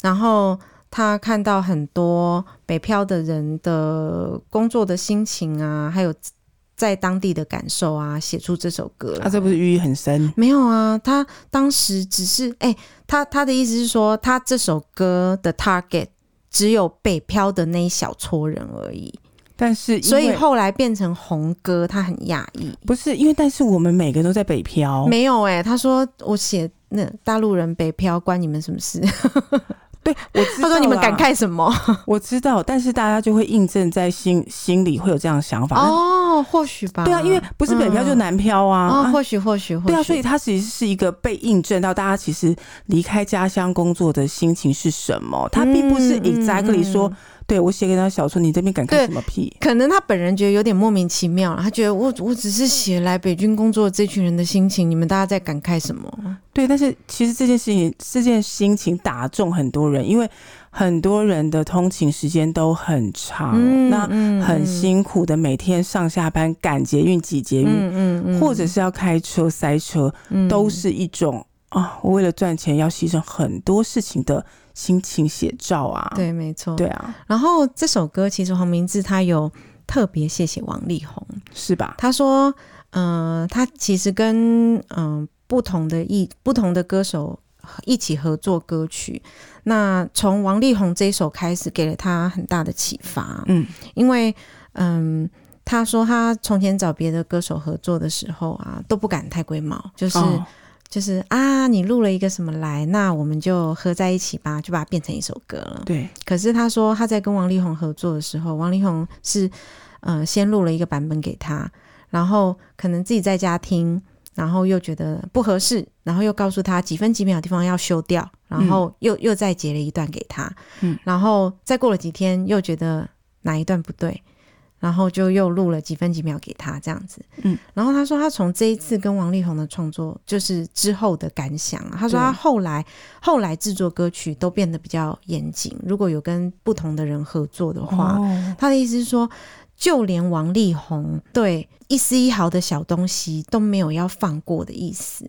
Speaker 2: 然后他看到很多北漂的人的工作的心情啊，还有在当地的感受啊，写出这首歌来
Speaker 3: [LAUGHS] 啊，这不是寓意很深？
Speaker 2: 没有啊，他当时只是哎、他他的意思是说，他这首歌的 target 只有北漂的那一小撮人而已，
Speaker 3: 但是因
Speaker 2: 所以
Speaker 3: 为
Speaker 2: 后来变成红歌，他很讶异。
Speaker 3: 不是因为，但是我们每个人都在北漂，
Speaker 2: 没有哎、他说我写那大陆人北漂关你们什么
Speaker 3: [LAUGHS]
Speaker 2: 事？
Speaker 3: 对，我知
Speaker 2: 他
Speaker 3: 道
Speaker 2: 说你们
Speaker 3: 啦
Speaker 2: 感，慨什么？
Speaker 3: 我知道，但是大家就会印证在心心里会有这样的想法。
Speaker 2: 哦，或许吧。
Speaker 3: 对啊，因为不是北漂就
Speaker 2: 嗯
Speaker 3: 南漂啊，
Speaker 2: 哦，
Speaker 3: 啊
Speaker 2: 或许或许或许。
Speaker 3: 对啊，所以它其实是一个被印证到大家其实离开家乡工作的心情是什么，它并不是
Speaker 2: 嗯嗯
Speaker 3: exactly 说，
Speaker 2: 嗯
Speaker 3: 对我写给他小说，你这边敢看
Speaker 2: 对
Speaker 3: 什么屁？
Speaker 2: 可能他本人觉得有点莫名其妙，他觉得我我只是写来北京工作的这群人的心情，你们大家在感慨什么？
Speaker 3: 对，但是其实这件事情，这件心情打中很多人，因为很多人的通勤时间都很长，
Speaker 2: 嗯
Speaker 3: 那
Speaker 2: 那
Speaker 3: 很辛苦的每天上下班赶捷运、挤捷运，
Speaker 2: 嗯
Speaker 3: 或者是要开车塞车，都是一种啊，我为了赚钱要牺牲很多事情的心情写照啊。
Speaker 2: 对，哦没错。
Speaker 3: 对，啊，
Speaker 2: 然后这首歌其实黄明志他有特别谢谢王力宏，
Speaker 3: 是吧？
Speaker 2: 他说，呃，他其实跟嗯、呃不同的艺不同的歌手一起合作歌曲，那从王力宏这一首开始，给了他很大的启发。
Speaker 3: 嗯，
Speaker 2: 因为嗯，他说他从前找别的歌手合作的时候啊，都不敢太龟毛，就是、
Speaker 3: 哦
Speaker 2: 就是啊，你录了一个什么来，那我们就合在一起吧，就把它变成一首歌了。
Speaker 3: 对，
Speaker 2: 可是他说他在跟王力宏合作的时候，王力宏是呃先录了一个版本给他，然后可能自己在家听，然后又觉得不合适，然后又告诉他几分几秒的地方要修掉，然后又、又再截了一段给他，
Speaker 3: 嗯
Speaker 2: 然后再过了几天又觉得哪一段不对，然后就又录了几分几秒给他这样子，
Speaker 3: 嗯，
Speaker 2: 然后他说他从这一次跟王力宏的创作就是之后的感想啊，他说他
Speaker 3: 对
Speaker 2: 后来后来制作歌曲都变得比较严谨，如果有跟不同的人合作的话，
Speaker 3: 哦，
Speaker 2: 他的意思是说，就连王力宏对一丝一毫的小东西都没有要放过的意思。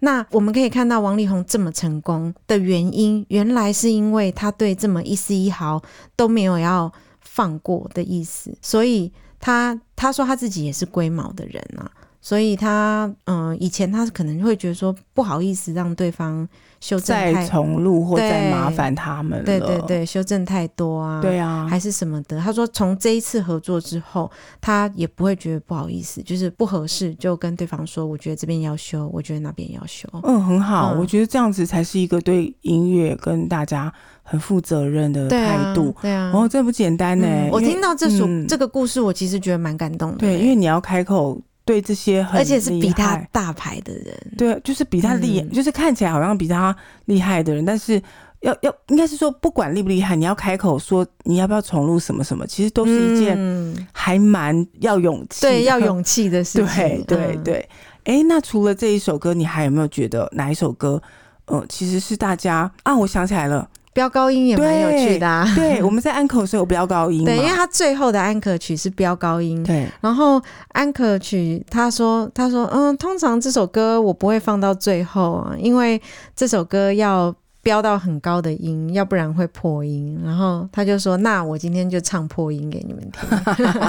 Speaker 2: 那我们可以看到王力宏这么成功的原因，原来是因为他对这么一丝一毫都没有要放过的意思，所以他他说他自己也是龟毛的人啊，所以他嗯、呃以前他可能会觉得说不好意思让对方修正
Speaker 3: 再
Speaker 2: 太，
Speaker 3: 重录或
Speaker 2: 对
Speaker 3: 再麻烦他们了，
Speaker 2: 对对对，修正太多啊，
Speaker 3: 对啊，
Speaker 2: 还是什么的。他说从这一次合作之后，他也不会觉得不好意思，就是不合适就跟对方说，我觉得这边要修，我觉得那边要修。
Speaker 3: 嗯，很好，
Speaker 2: 嗯
Speaker 3: 我觉得这样子才是一个对音乐跟大家很负责任的
Speaker 2: 对
Speaker 3: 态
Speaker 2: 啊
Speaker 3: 度。，
Speaker 2: 对啊。
Speaker 3: 哦，这不简单呢、
Speaker 2: 嗯我
Speaker 3: 因为
Speaker 2: 听到这首、
Speaker 3: 嗯
Speaker 2: 这个故事，我其实觉得蛮感动的。欸
Speaker 3: 对，因为你要开口对这些很，
Speaker 2: 而且是比他。大牌的人，
Speaker 3: 对，就是比他厉，
Speaker 2: 嗯
Speaker 3: 就是看起来好像比他厉害的人，但是要要应该是说，不管厉不厉害，你要开口说你要不要重录什么什么，其实都是一件
Speaker 2: 嗯、
Speaker 3: 还蛮要勇气的，
Speaker 2: 对要
Speaker 3: [LAUGHS]
Speaker 2: 勇气的事
Speaker 3: 对
Speaker 2: 情。
Speaker 3: 对
Speaker 2: 嗯
Speaker 3: 对，哎、那除了这一首歌，你还有没有觉得哪一首歌，呃，其实是大家啊，我想起来了，
Speaker 2: 飙高音也蛮有趣的、 [LAUGHS] 啊。
Speaker 3: 对，我们在安口的时候有飙高音嘛，
Speaker 2: 对，因为他最后的安可曲是飙高音，
Speaker 3: 对 [LAUGHS]
Speaker 2: 然后安可曲他说：“他说，嗯，通常这首歌我不会放到最后啊，因为这首歌要飙到很高的音，要不然会破音。”然后他就说：“那我今天就唱破音给你们听。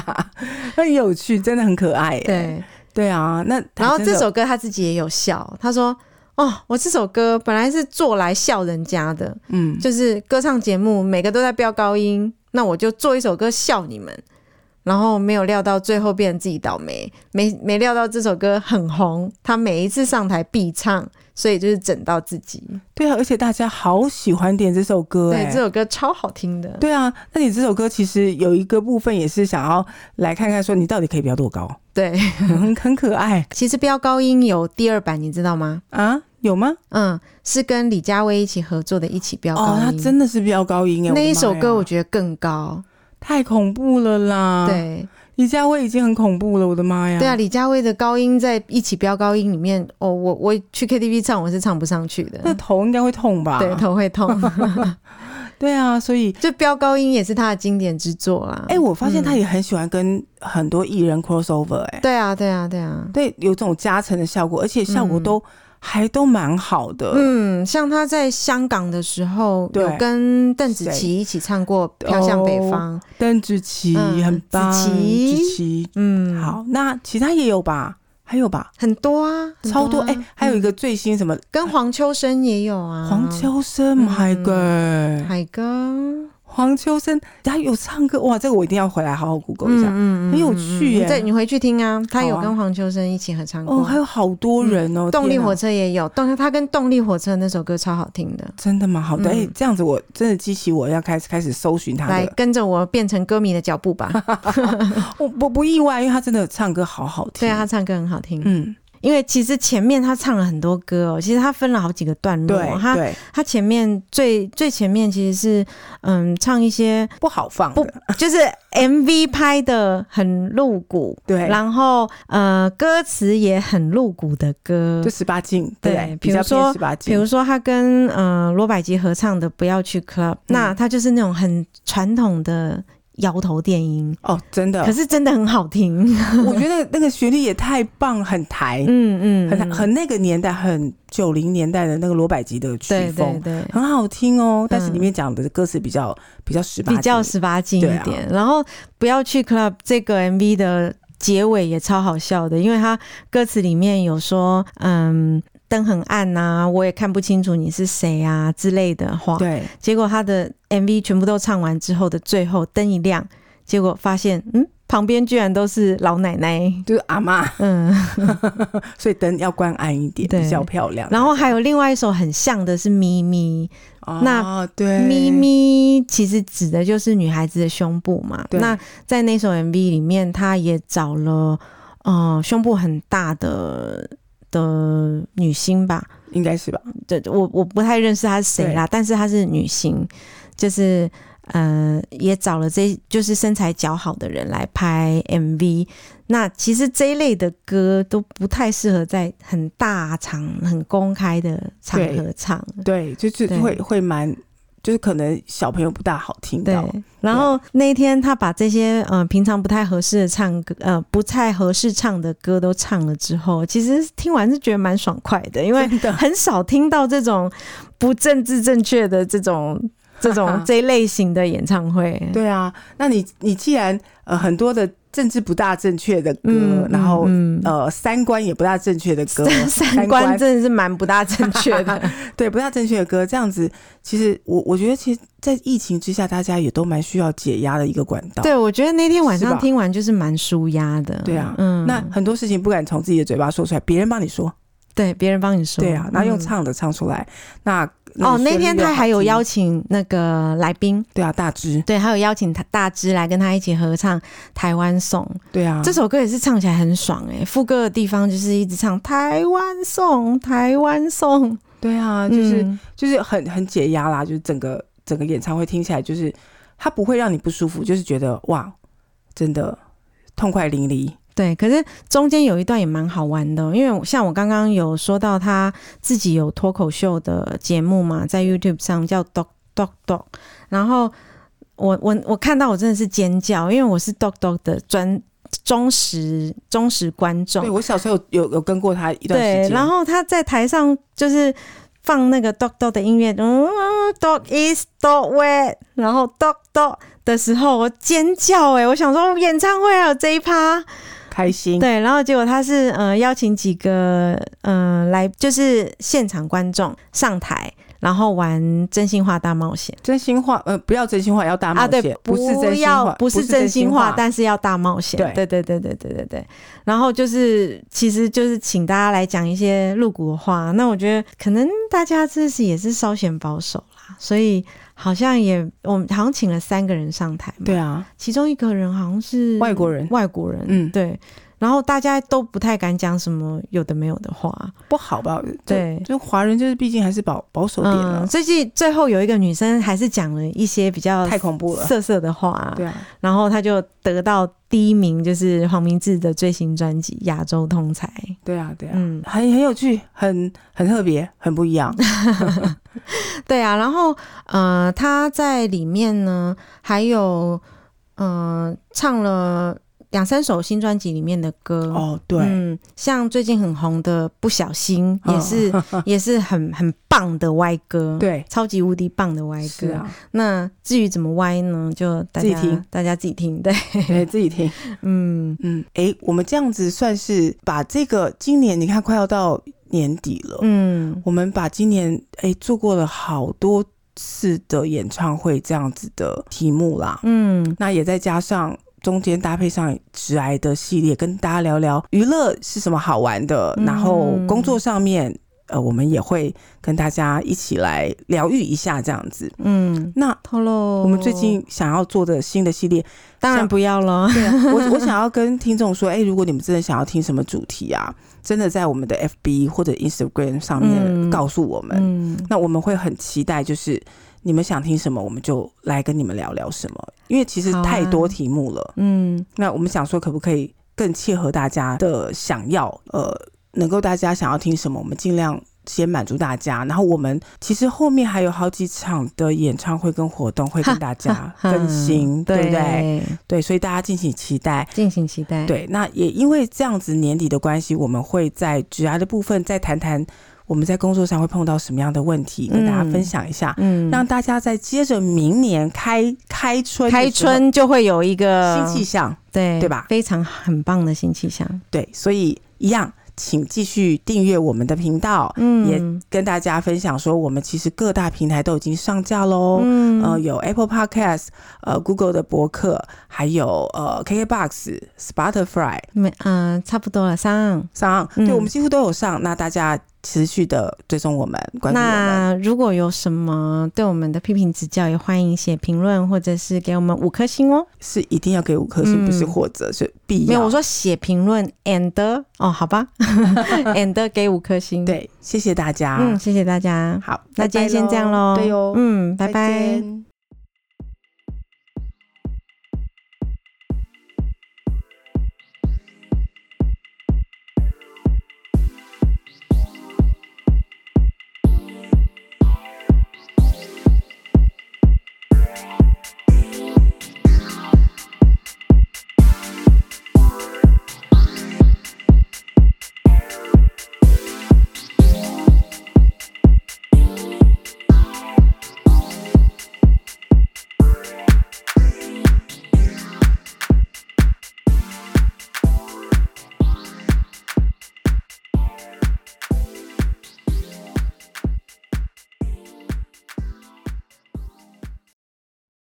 Speaker 3: 很有趣，真的很可爱”耶，
Speaker 2: 对，
Speaker 3: 对啊，那
Speaker 2: 然后
Speaker 3: 还真
Speaker 2: 这
Speaker 3: 的
Speaker 2: 首歌他自己也有笑，他说：“哦，我这首歌本来是做来笑人家的，
Speaker 3: 嗯，
Speaker 2: 就是歌唱节目每个都在飙高音，那我就做一首歌笑你们。然后没有料到最后变成自己倒霉，没没料到这首歌很红，他每一次上台必唱，所以就是整到自己。
Speaker 3: 对啊，而且大家好喜欢点这首歌，
Speaker 2: 对，
Speaker 3: 哎
Speaker 2: 这首歌超好听的。
Speaker 3: 对啊，那你这首歌其实有一个部分也是想要来看看，说你到底可以飙多高，
Speaker 2: 对， [LAUGHS]
Speaker 3: 很很可爱
Speaker 2: 其实飙高音有第二版，你知道吗？
Speaker 3: 啊，有吗？
Speaker 2: 嗯，是跟李佳薇一起合作的，一起飙高
Speaker 3: 哦，
Speaker 2: 音。
Speaker 3: 它真的是飙高音哎，
Speaker 2: 那一首歌我
Speaker 3: 觉
Speaker 2: 觉得更高。
Speaker 3: 太恐怖了啦，，
Speaker 2: 对
Speaker 3: 李佳薇已经很恐怖了，我的妈呀，
Speaker 2: 对啊，，李佳薇的高音在一起飙高音里面，哦，我我去 KTV 唱我是唱不上去的。
Speaker 3: 那头应该会痛吧？
Speaker 2: 对，头会
Speaker 3: [LAUGHS]
Speaker 2: 痛。
Speaker 3: 对啊，所以。
Speaker 2: 就飙高音也是他的经典之作啦。
Speaker 3: 哎、我发现他
Speaker 2: 嗯
Speaker 3: 也很喜欢跟很多艺人 crossover，哎、
Speaker 2: 对啊，对啊，对啊。
Speaker 3: 对，有这种加成的效果，而且效果都、还都蛮好的。
Speaker 2: 嗯，像他在香港的时候，
Speaker 3: 呃对
Speaker 2: 有跟邓紫
Speaker 3: 谁哦
Speaker 2: 棋一起唱过《飘向北方》。
Speaker 3: 邓紫棋、
Speaker 2: 嗯
Speaker 3: 很棒，
Speaker 2: 紫棋
Speaker 3: 紫棋、
Speaker 2: 嗯，，
Speaker 3: 好，那其他也有吧？还有吧？
Speaker 2: 很多啊，很
Speaker 3: 超
Speaker 2: 多
Speaker 3: 多
Speaker 2: 啊
Speaker 3: 哎、还有一
Speaker 2: 嗯
Speaker 3: 个最新什么、
Speaker 2: 跟黄秋生也有啊，
Speaker 3: 黄秋生，
Speaker 2: 嗯
Speaker 3: 海哥，
Speaker 2: 海哥，
Speaker 3: 黄秋生他有唱歌哇，这个我一定要回来好好 Google 一下。
Speaker 2: 嗯
Speaker 3: 很有趣耶
Speaker 2: 对，你回去听啊，他有
Speaker 3: 好啊
Speaker 2: 跟黄秋生一起合唱
Speaker 3: 哦，
Speaker 2: 过。
Speaker 3: 还有好多人哦，
Speaker 2: 嗯动力
Speaker 3: 天哪
Speaker 2: 火车也有，动他跟动力火车那首歌超好听的，
Speaker 3: 真的蛮好的，哎、
Speaker 2: 嗯
Speaker 3: 这样子我真的激起我要开始开始搜寻他
Speaker 2: 来
Speaker 3: 的，
Speaker 2: 跟着我变成歌迷的脚步
Speaker 3: [LAUGHS]
Speaker 2: 吧。
Speaker 3: 我我不意外，因为他真的唱歌好好听。
Speaker 2: 对啊，他唱歌很好听。
Speaker 3: 嗯，
Speaker 2: 因为其实前面他唱了很多歌哦，其实他分了好几个段落。哦
Speaker 3: 对
Speaker 2: 嗯他
Speaker 3: 对，
Speaker 2: 他前面最最前面其实是嗯唱一些
Speaker 3: 不好放
Speaker 2: 不
Speaker 3: 的，
Speaker 2: 就是 MV 拍的很露骨，
Speaker 3: 对，
Speaker 2: 然后呃歌词也很露骨的歌
Speaker 3: 就。十八禁，
Speaker 2: 对
Speaker 3: 对，
Speaker 2: 比
Speaker 3: 比
Speaker 2: 如
Speaker 3: 较
Speaker 2: 说
Speaker 3: 偏十八
Speaker 2: 比
Speaker 3: 禁
Speaker 2: 如，说他跟呃罗百吉合唱的《不要去 Club》，那
Speaker 3: 嗯
Speaker 2: 他就是那种很传统的摇头电音，
Speaker 3: 哦，真的
Speaker 2: 可，是真的很好听。
Speaker 3: 我觉得那个旋律也太棒，很台，
Speaker 2: 嗯嗯，
Speaker 3: 很很那个年代，很九零年代的那个罗百吉的曲
Speaker 2: 对对
Speaker 3: 风，
Speaker 2: 对，
Speaker 3: 很好听哦。但是
Speaker 2: 嗯
Speaker 3: 里面讲的歌词比较比较十八，
Speaker 2: 比较十八禁
Speaker 3: 对
Speaker 2: 一
Speaker 3: 啊
Speaker 2: 点。然后不要去 club 这个 MV 的结尾也超好笑的，因为它歌词里面有说，嗯，灯很暗呐、我也看不清楚你是谁啊之类的话。
Speaker 3: 对，
Speaker 2: 结果他的 MV 全部都唱完之后的最后，灯一亮，结果发现，嗯，旁边居然都是老奶奶。
Speaker 3: 就是阿妈，
Speaker 2: 嗯，
Speaker 3: 所以灯要关暗一点，
Speaker 2: 对
Speaker 3: 比较漂亮。
Speaker 2: 然后还有另外一首很像的是咪咪，
Speaker 3: 哦
Speaker 2: 那
Speaker 3: 对
Speaker 2: 咪咪其实指的就是女孩子的胸部嘛。
Speaker 3: 对
Speaker 2: 那在那首 MV 里面，她也找了呃胸部很大的的女星吧，
Speaker 3: 应该是吧？
Speaker 2: 对我我不太认识她是谁啦，但是她是女星，就是呃也找了这就是身材较好的人来拍 MV。那其实这一类的歌都不太适合在很大场、很公开的场合唱。
Speaker 3: 对，就是
Speaker 2: 对
Speaker 3: 会会蛮，就是可能小朋友不大好听
Speaker 2: 对
Speaker 3: 到。，
Speaker 2: 然后那一天他把这些呃平常不太合适的唱歌，呃不太合适唱的歌都唱了之后，其实听完是觉得蛮爽快的，因为
Speaker 3: 真的
Speaker 2: 很少听到这种不政治正确的这
Speaker 3: [LAUGHS]
Speaker 2: 种这种这一类型的演唱会。
Speaker 3: 对啊，那你你既然呃很多的政治不大正确的歌，
Speaker 2: 嗯，嗯，
Speaker 3: 然后、
Speaker 2: 嗯，，
Speaker 3: 呃三观也不大正确的歌
Speaker 2: [LAUGHS] 三观真的是蛮不大正确的。
Speaker 3: 对不大正确的歌，这样子其实我我觉得其实，在疫情之下，大家也都蛮需要解压的一个管
Speaker 2: [LAUGHS]
Speaker 3: 道。
Speaker 2: 对，我觉得那天晚
Speaker 3: 是
Speaker 2: 上
Speaker 3: 吧
Speaker 2: 听完就是蛮舒压的。
Speaker 3: 对啊，
Speaker 2: 嗯，
Speaker 3: 那很多事情不敢从自己的嘴巴说出来，别人帮你说。
Speaker 2: 对别人帮你说，
Speaker 3: 对啊，然后用
Speaker 2: 嗯
Speaker 3: 唱的唱出来。那
Speaker 2: 哦，那天他还有邀
Speaker 3: 请，
Speaker 2: 请那个来宾，
Speaker 3: 对啊，大支，
Speaker 2: 对，还有邀请他大支来跟他一起合唱《台湾颂》
Speaker 3: 对啊，
Speaker 2: 这首歌也是唱起来很爽哎、副歌的地方就是一直唱《台湾颂》，《台湾颂》，
Speaker 3: 对啊，就是、
Speaker 2: 嗯
Speaker 3: 就是很很解压啦，就是整个整个演唱会听起来就是它不会让你不舒服，就是觉得哇，真的痛快淋漓。
Speaker 2: 对，可是中间有一段也蛮好玩的哦，因为像我刚刚有说到他自己有脱口秀的节目嘛，在 YouTube 上叫 Doc Doc Doc，然后我我我看到我真的是尖叫，因为我是 Doc Doc 的专忠实忠实观众
Speaker 3: 对，我小时候有有有跟过他一段时
Speaker 2: 对，
Speaker 3: 间，
Speaker 2: 然后他在台上就是放那个 dog dog 的音乐，嗯，dog is dog wet，然后 dog dog 的时候，我尖叫哎、我想说演唱会还有这一趴，
Speaker 3: 开心，
Speaker 2: 对，然后结果他是呃邀请几个呃来就是现场观众上台，然后玩真心话大冒险。
Speaker 3: 真心话，呃，不要真心话，要大冒
Speaker 2: 啊，对
Speaker 3: 险，，
Speaker 2: 不
Speaker 3: 不是真心
Speaker 2: 要
Speaker 3: 话，
Speaker 2: 不是真心话，
Speaker 3: 但
Speaker 2: 但是要大冒险。
Speaker 3: 对
Speaker 2: 对对对对对对对。然后就是，其实就是请大家来讲一些露骨的话。那我觉得可能大家这是也是稍显保守啦，所以好像也我们好像请了三个人上台嘛，
Speaker 3: 对啊，
Speaker 2: 其中一个人好像是
Speaker 3: 外国人
Speaker 2: 外国人，
Speaker 3: 嗯
Speaker 2: 对。然后大家都不太敢讲什么有的没有的话，
Speaker 3: 不好吧？就
Speaker 2: 对
Speaker 3: 就华人就是毕竟还是保保守点啊了
Speaker 2: 嗯，，最近最后有一个女生还是讲了一些比较
Speaker 3: 太恐怖了。
Speaker 2: 色色的话，
Speaker 3: 对啊，
Speaker 2: 然后他就得到第一名，就是黄明志的最新专辑《亚洲通才》。
Speaker 3: 对啊，对啊，
Speaker 2: 嗯
Speaker 3: 很很有趣，很很特别，很不一样。
Speaker 2: 对啊，然后呃，他在里面呢，还有呃，唱了两三首新专辑里面的歌。
Speaker 3: 哦，对，嗯
Speaker 2: 嗯，像最近很红的《不小心》，也是、
Speaker 3: [LAUGHS]
Speaker 2: 也是很很棒的歪歌，，
Speaker 3: 对，
Speaker 2: 超级无敌棒的歪
Speaker 3: 是
Speaker 2: 歌。
Speaker 3: 啊，
Speaker 2: 那至于怎么歪呢，就大
Speaker 3: 自己
Speaker 2: 家
Speaker 3: 听
Speaker 2: 大家自己听。对，
Speaker 3: 对，自己听。
Speaker 2: 嗯，
Speaker 3: 嗯，诶，我们这样子算是把这个今年，你看快要到年底了，
Speaker 2: 嗯，
Speaker 3: 我们把今年诶做过了好多次的演唱会这样子的题目啦，
Speaker 2: 嗯，
Speaker 3: 那也再加上。中间搭配上直癌的系列，跟大家聊聊娱乐是什么好玩的，
Speaker 2: 嗯
Speaker 3: 然后工作上面，呃，我们也会跟大家一起来疗愈一下这样子。
Speaker 2: 嗯，
Speaker 3: 那
Speaker 2: 透露
Speaker 3: 我们最近想要做的新的系列，
Speaker 2: 当然
Speaker 3: 像
Speaker 2: 不要了。
Speaker 3: 对啊，我我想要跟听众说，哎、如果你们真的想要听什么主题啊，真的在我们的 FB 或者 Instagram 上面
Speaker 2: 嗯
Speaker 3: 告诉我们，
Speaker 2: 嗯，
Speaker 3: 那我们会很期待，就是你们想听什么，我们就来跟你们聊聊什么，因为其实
Speaker 2: 好啊
Speaker 3: 太多题目了。
Speaker 2: 嗯，
Speaker 3: 那我们想说，可不可以更切合大家的想要，呃，能够大家想要听什么，我们尽量。先满足大家，然后我们其实后面还有好几场的演唱会跟活动会跟大家 [LAUGHS] 更新，对不对？
Speaker 2: 对？
Speaker 3: 对，所以大家敬请期待。
Speaker 2: 敬请期待。，
Speaker 3: 对，那也因为这样子年底的关系，我们会在职涯的部分再谈谈我们在工作上会碰到什么样的问题，跟大家分享一下，
Speaker 2: 嗯，
Speaker 3: 让大家在接着明年开开春的
Speaker 2: 开
Speaker 3: 时候
Speaker 2: 春嗯就会有一个
Speaker 3: 新气，象。
Speaker 2: 对
Speaker 3: 对吧
Speaker 2: 非常很棒的新气象。
Speaker 3: 对，所以一样，请继续订阅我们的频道，
Speaker 2: 嗯，
Speaker 3: 跟大家分享说，我们其实各大平台都已经上架喽。
Speaker 2: 嗯
Speaker 3: 呃，有 Apple Podcast，呃，Google 的博客，还有呃 KKBox、Spotify，
Speaker 2: 呃没，嗯，差不多了，上，
Speaker 3: 上，
Speaker 2: 嗯
Speaker 3: 对我们几乎都有上。那大家持续的追踪我们，关注我们。
Speaker 2: 那如果有什么对我们的批评指教，也欢迎写评论或者是给我们五颗星哦。
Speaker 3: 是一定要给五颗
Speaker 2: 嗯
Speaker 3: 星，不是或者是必要。
Speaker 2: 没有，我说写评论 and 哦，好吧，and 给五颗星。，
Speaker 3: 对，谢谢大家。
Speaker 2: 嗯，谢谢大家。
Speaker 3: 好，
Speaker 2: 那今天
Speaker 3: 拜
Speaker 2: 先
Speaker 3: 拜
Speaker 2: 这样喽。
Speaker 3: 对哦，
Speaker 2: 嗯，拜
Speaker 3: 再
Speaker 2: 拜。
Speaker 3: 见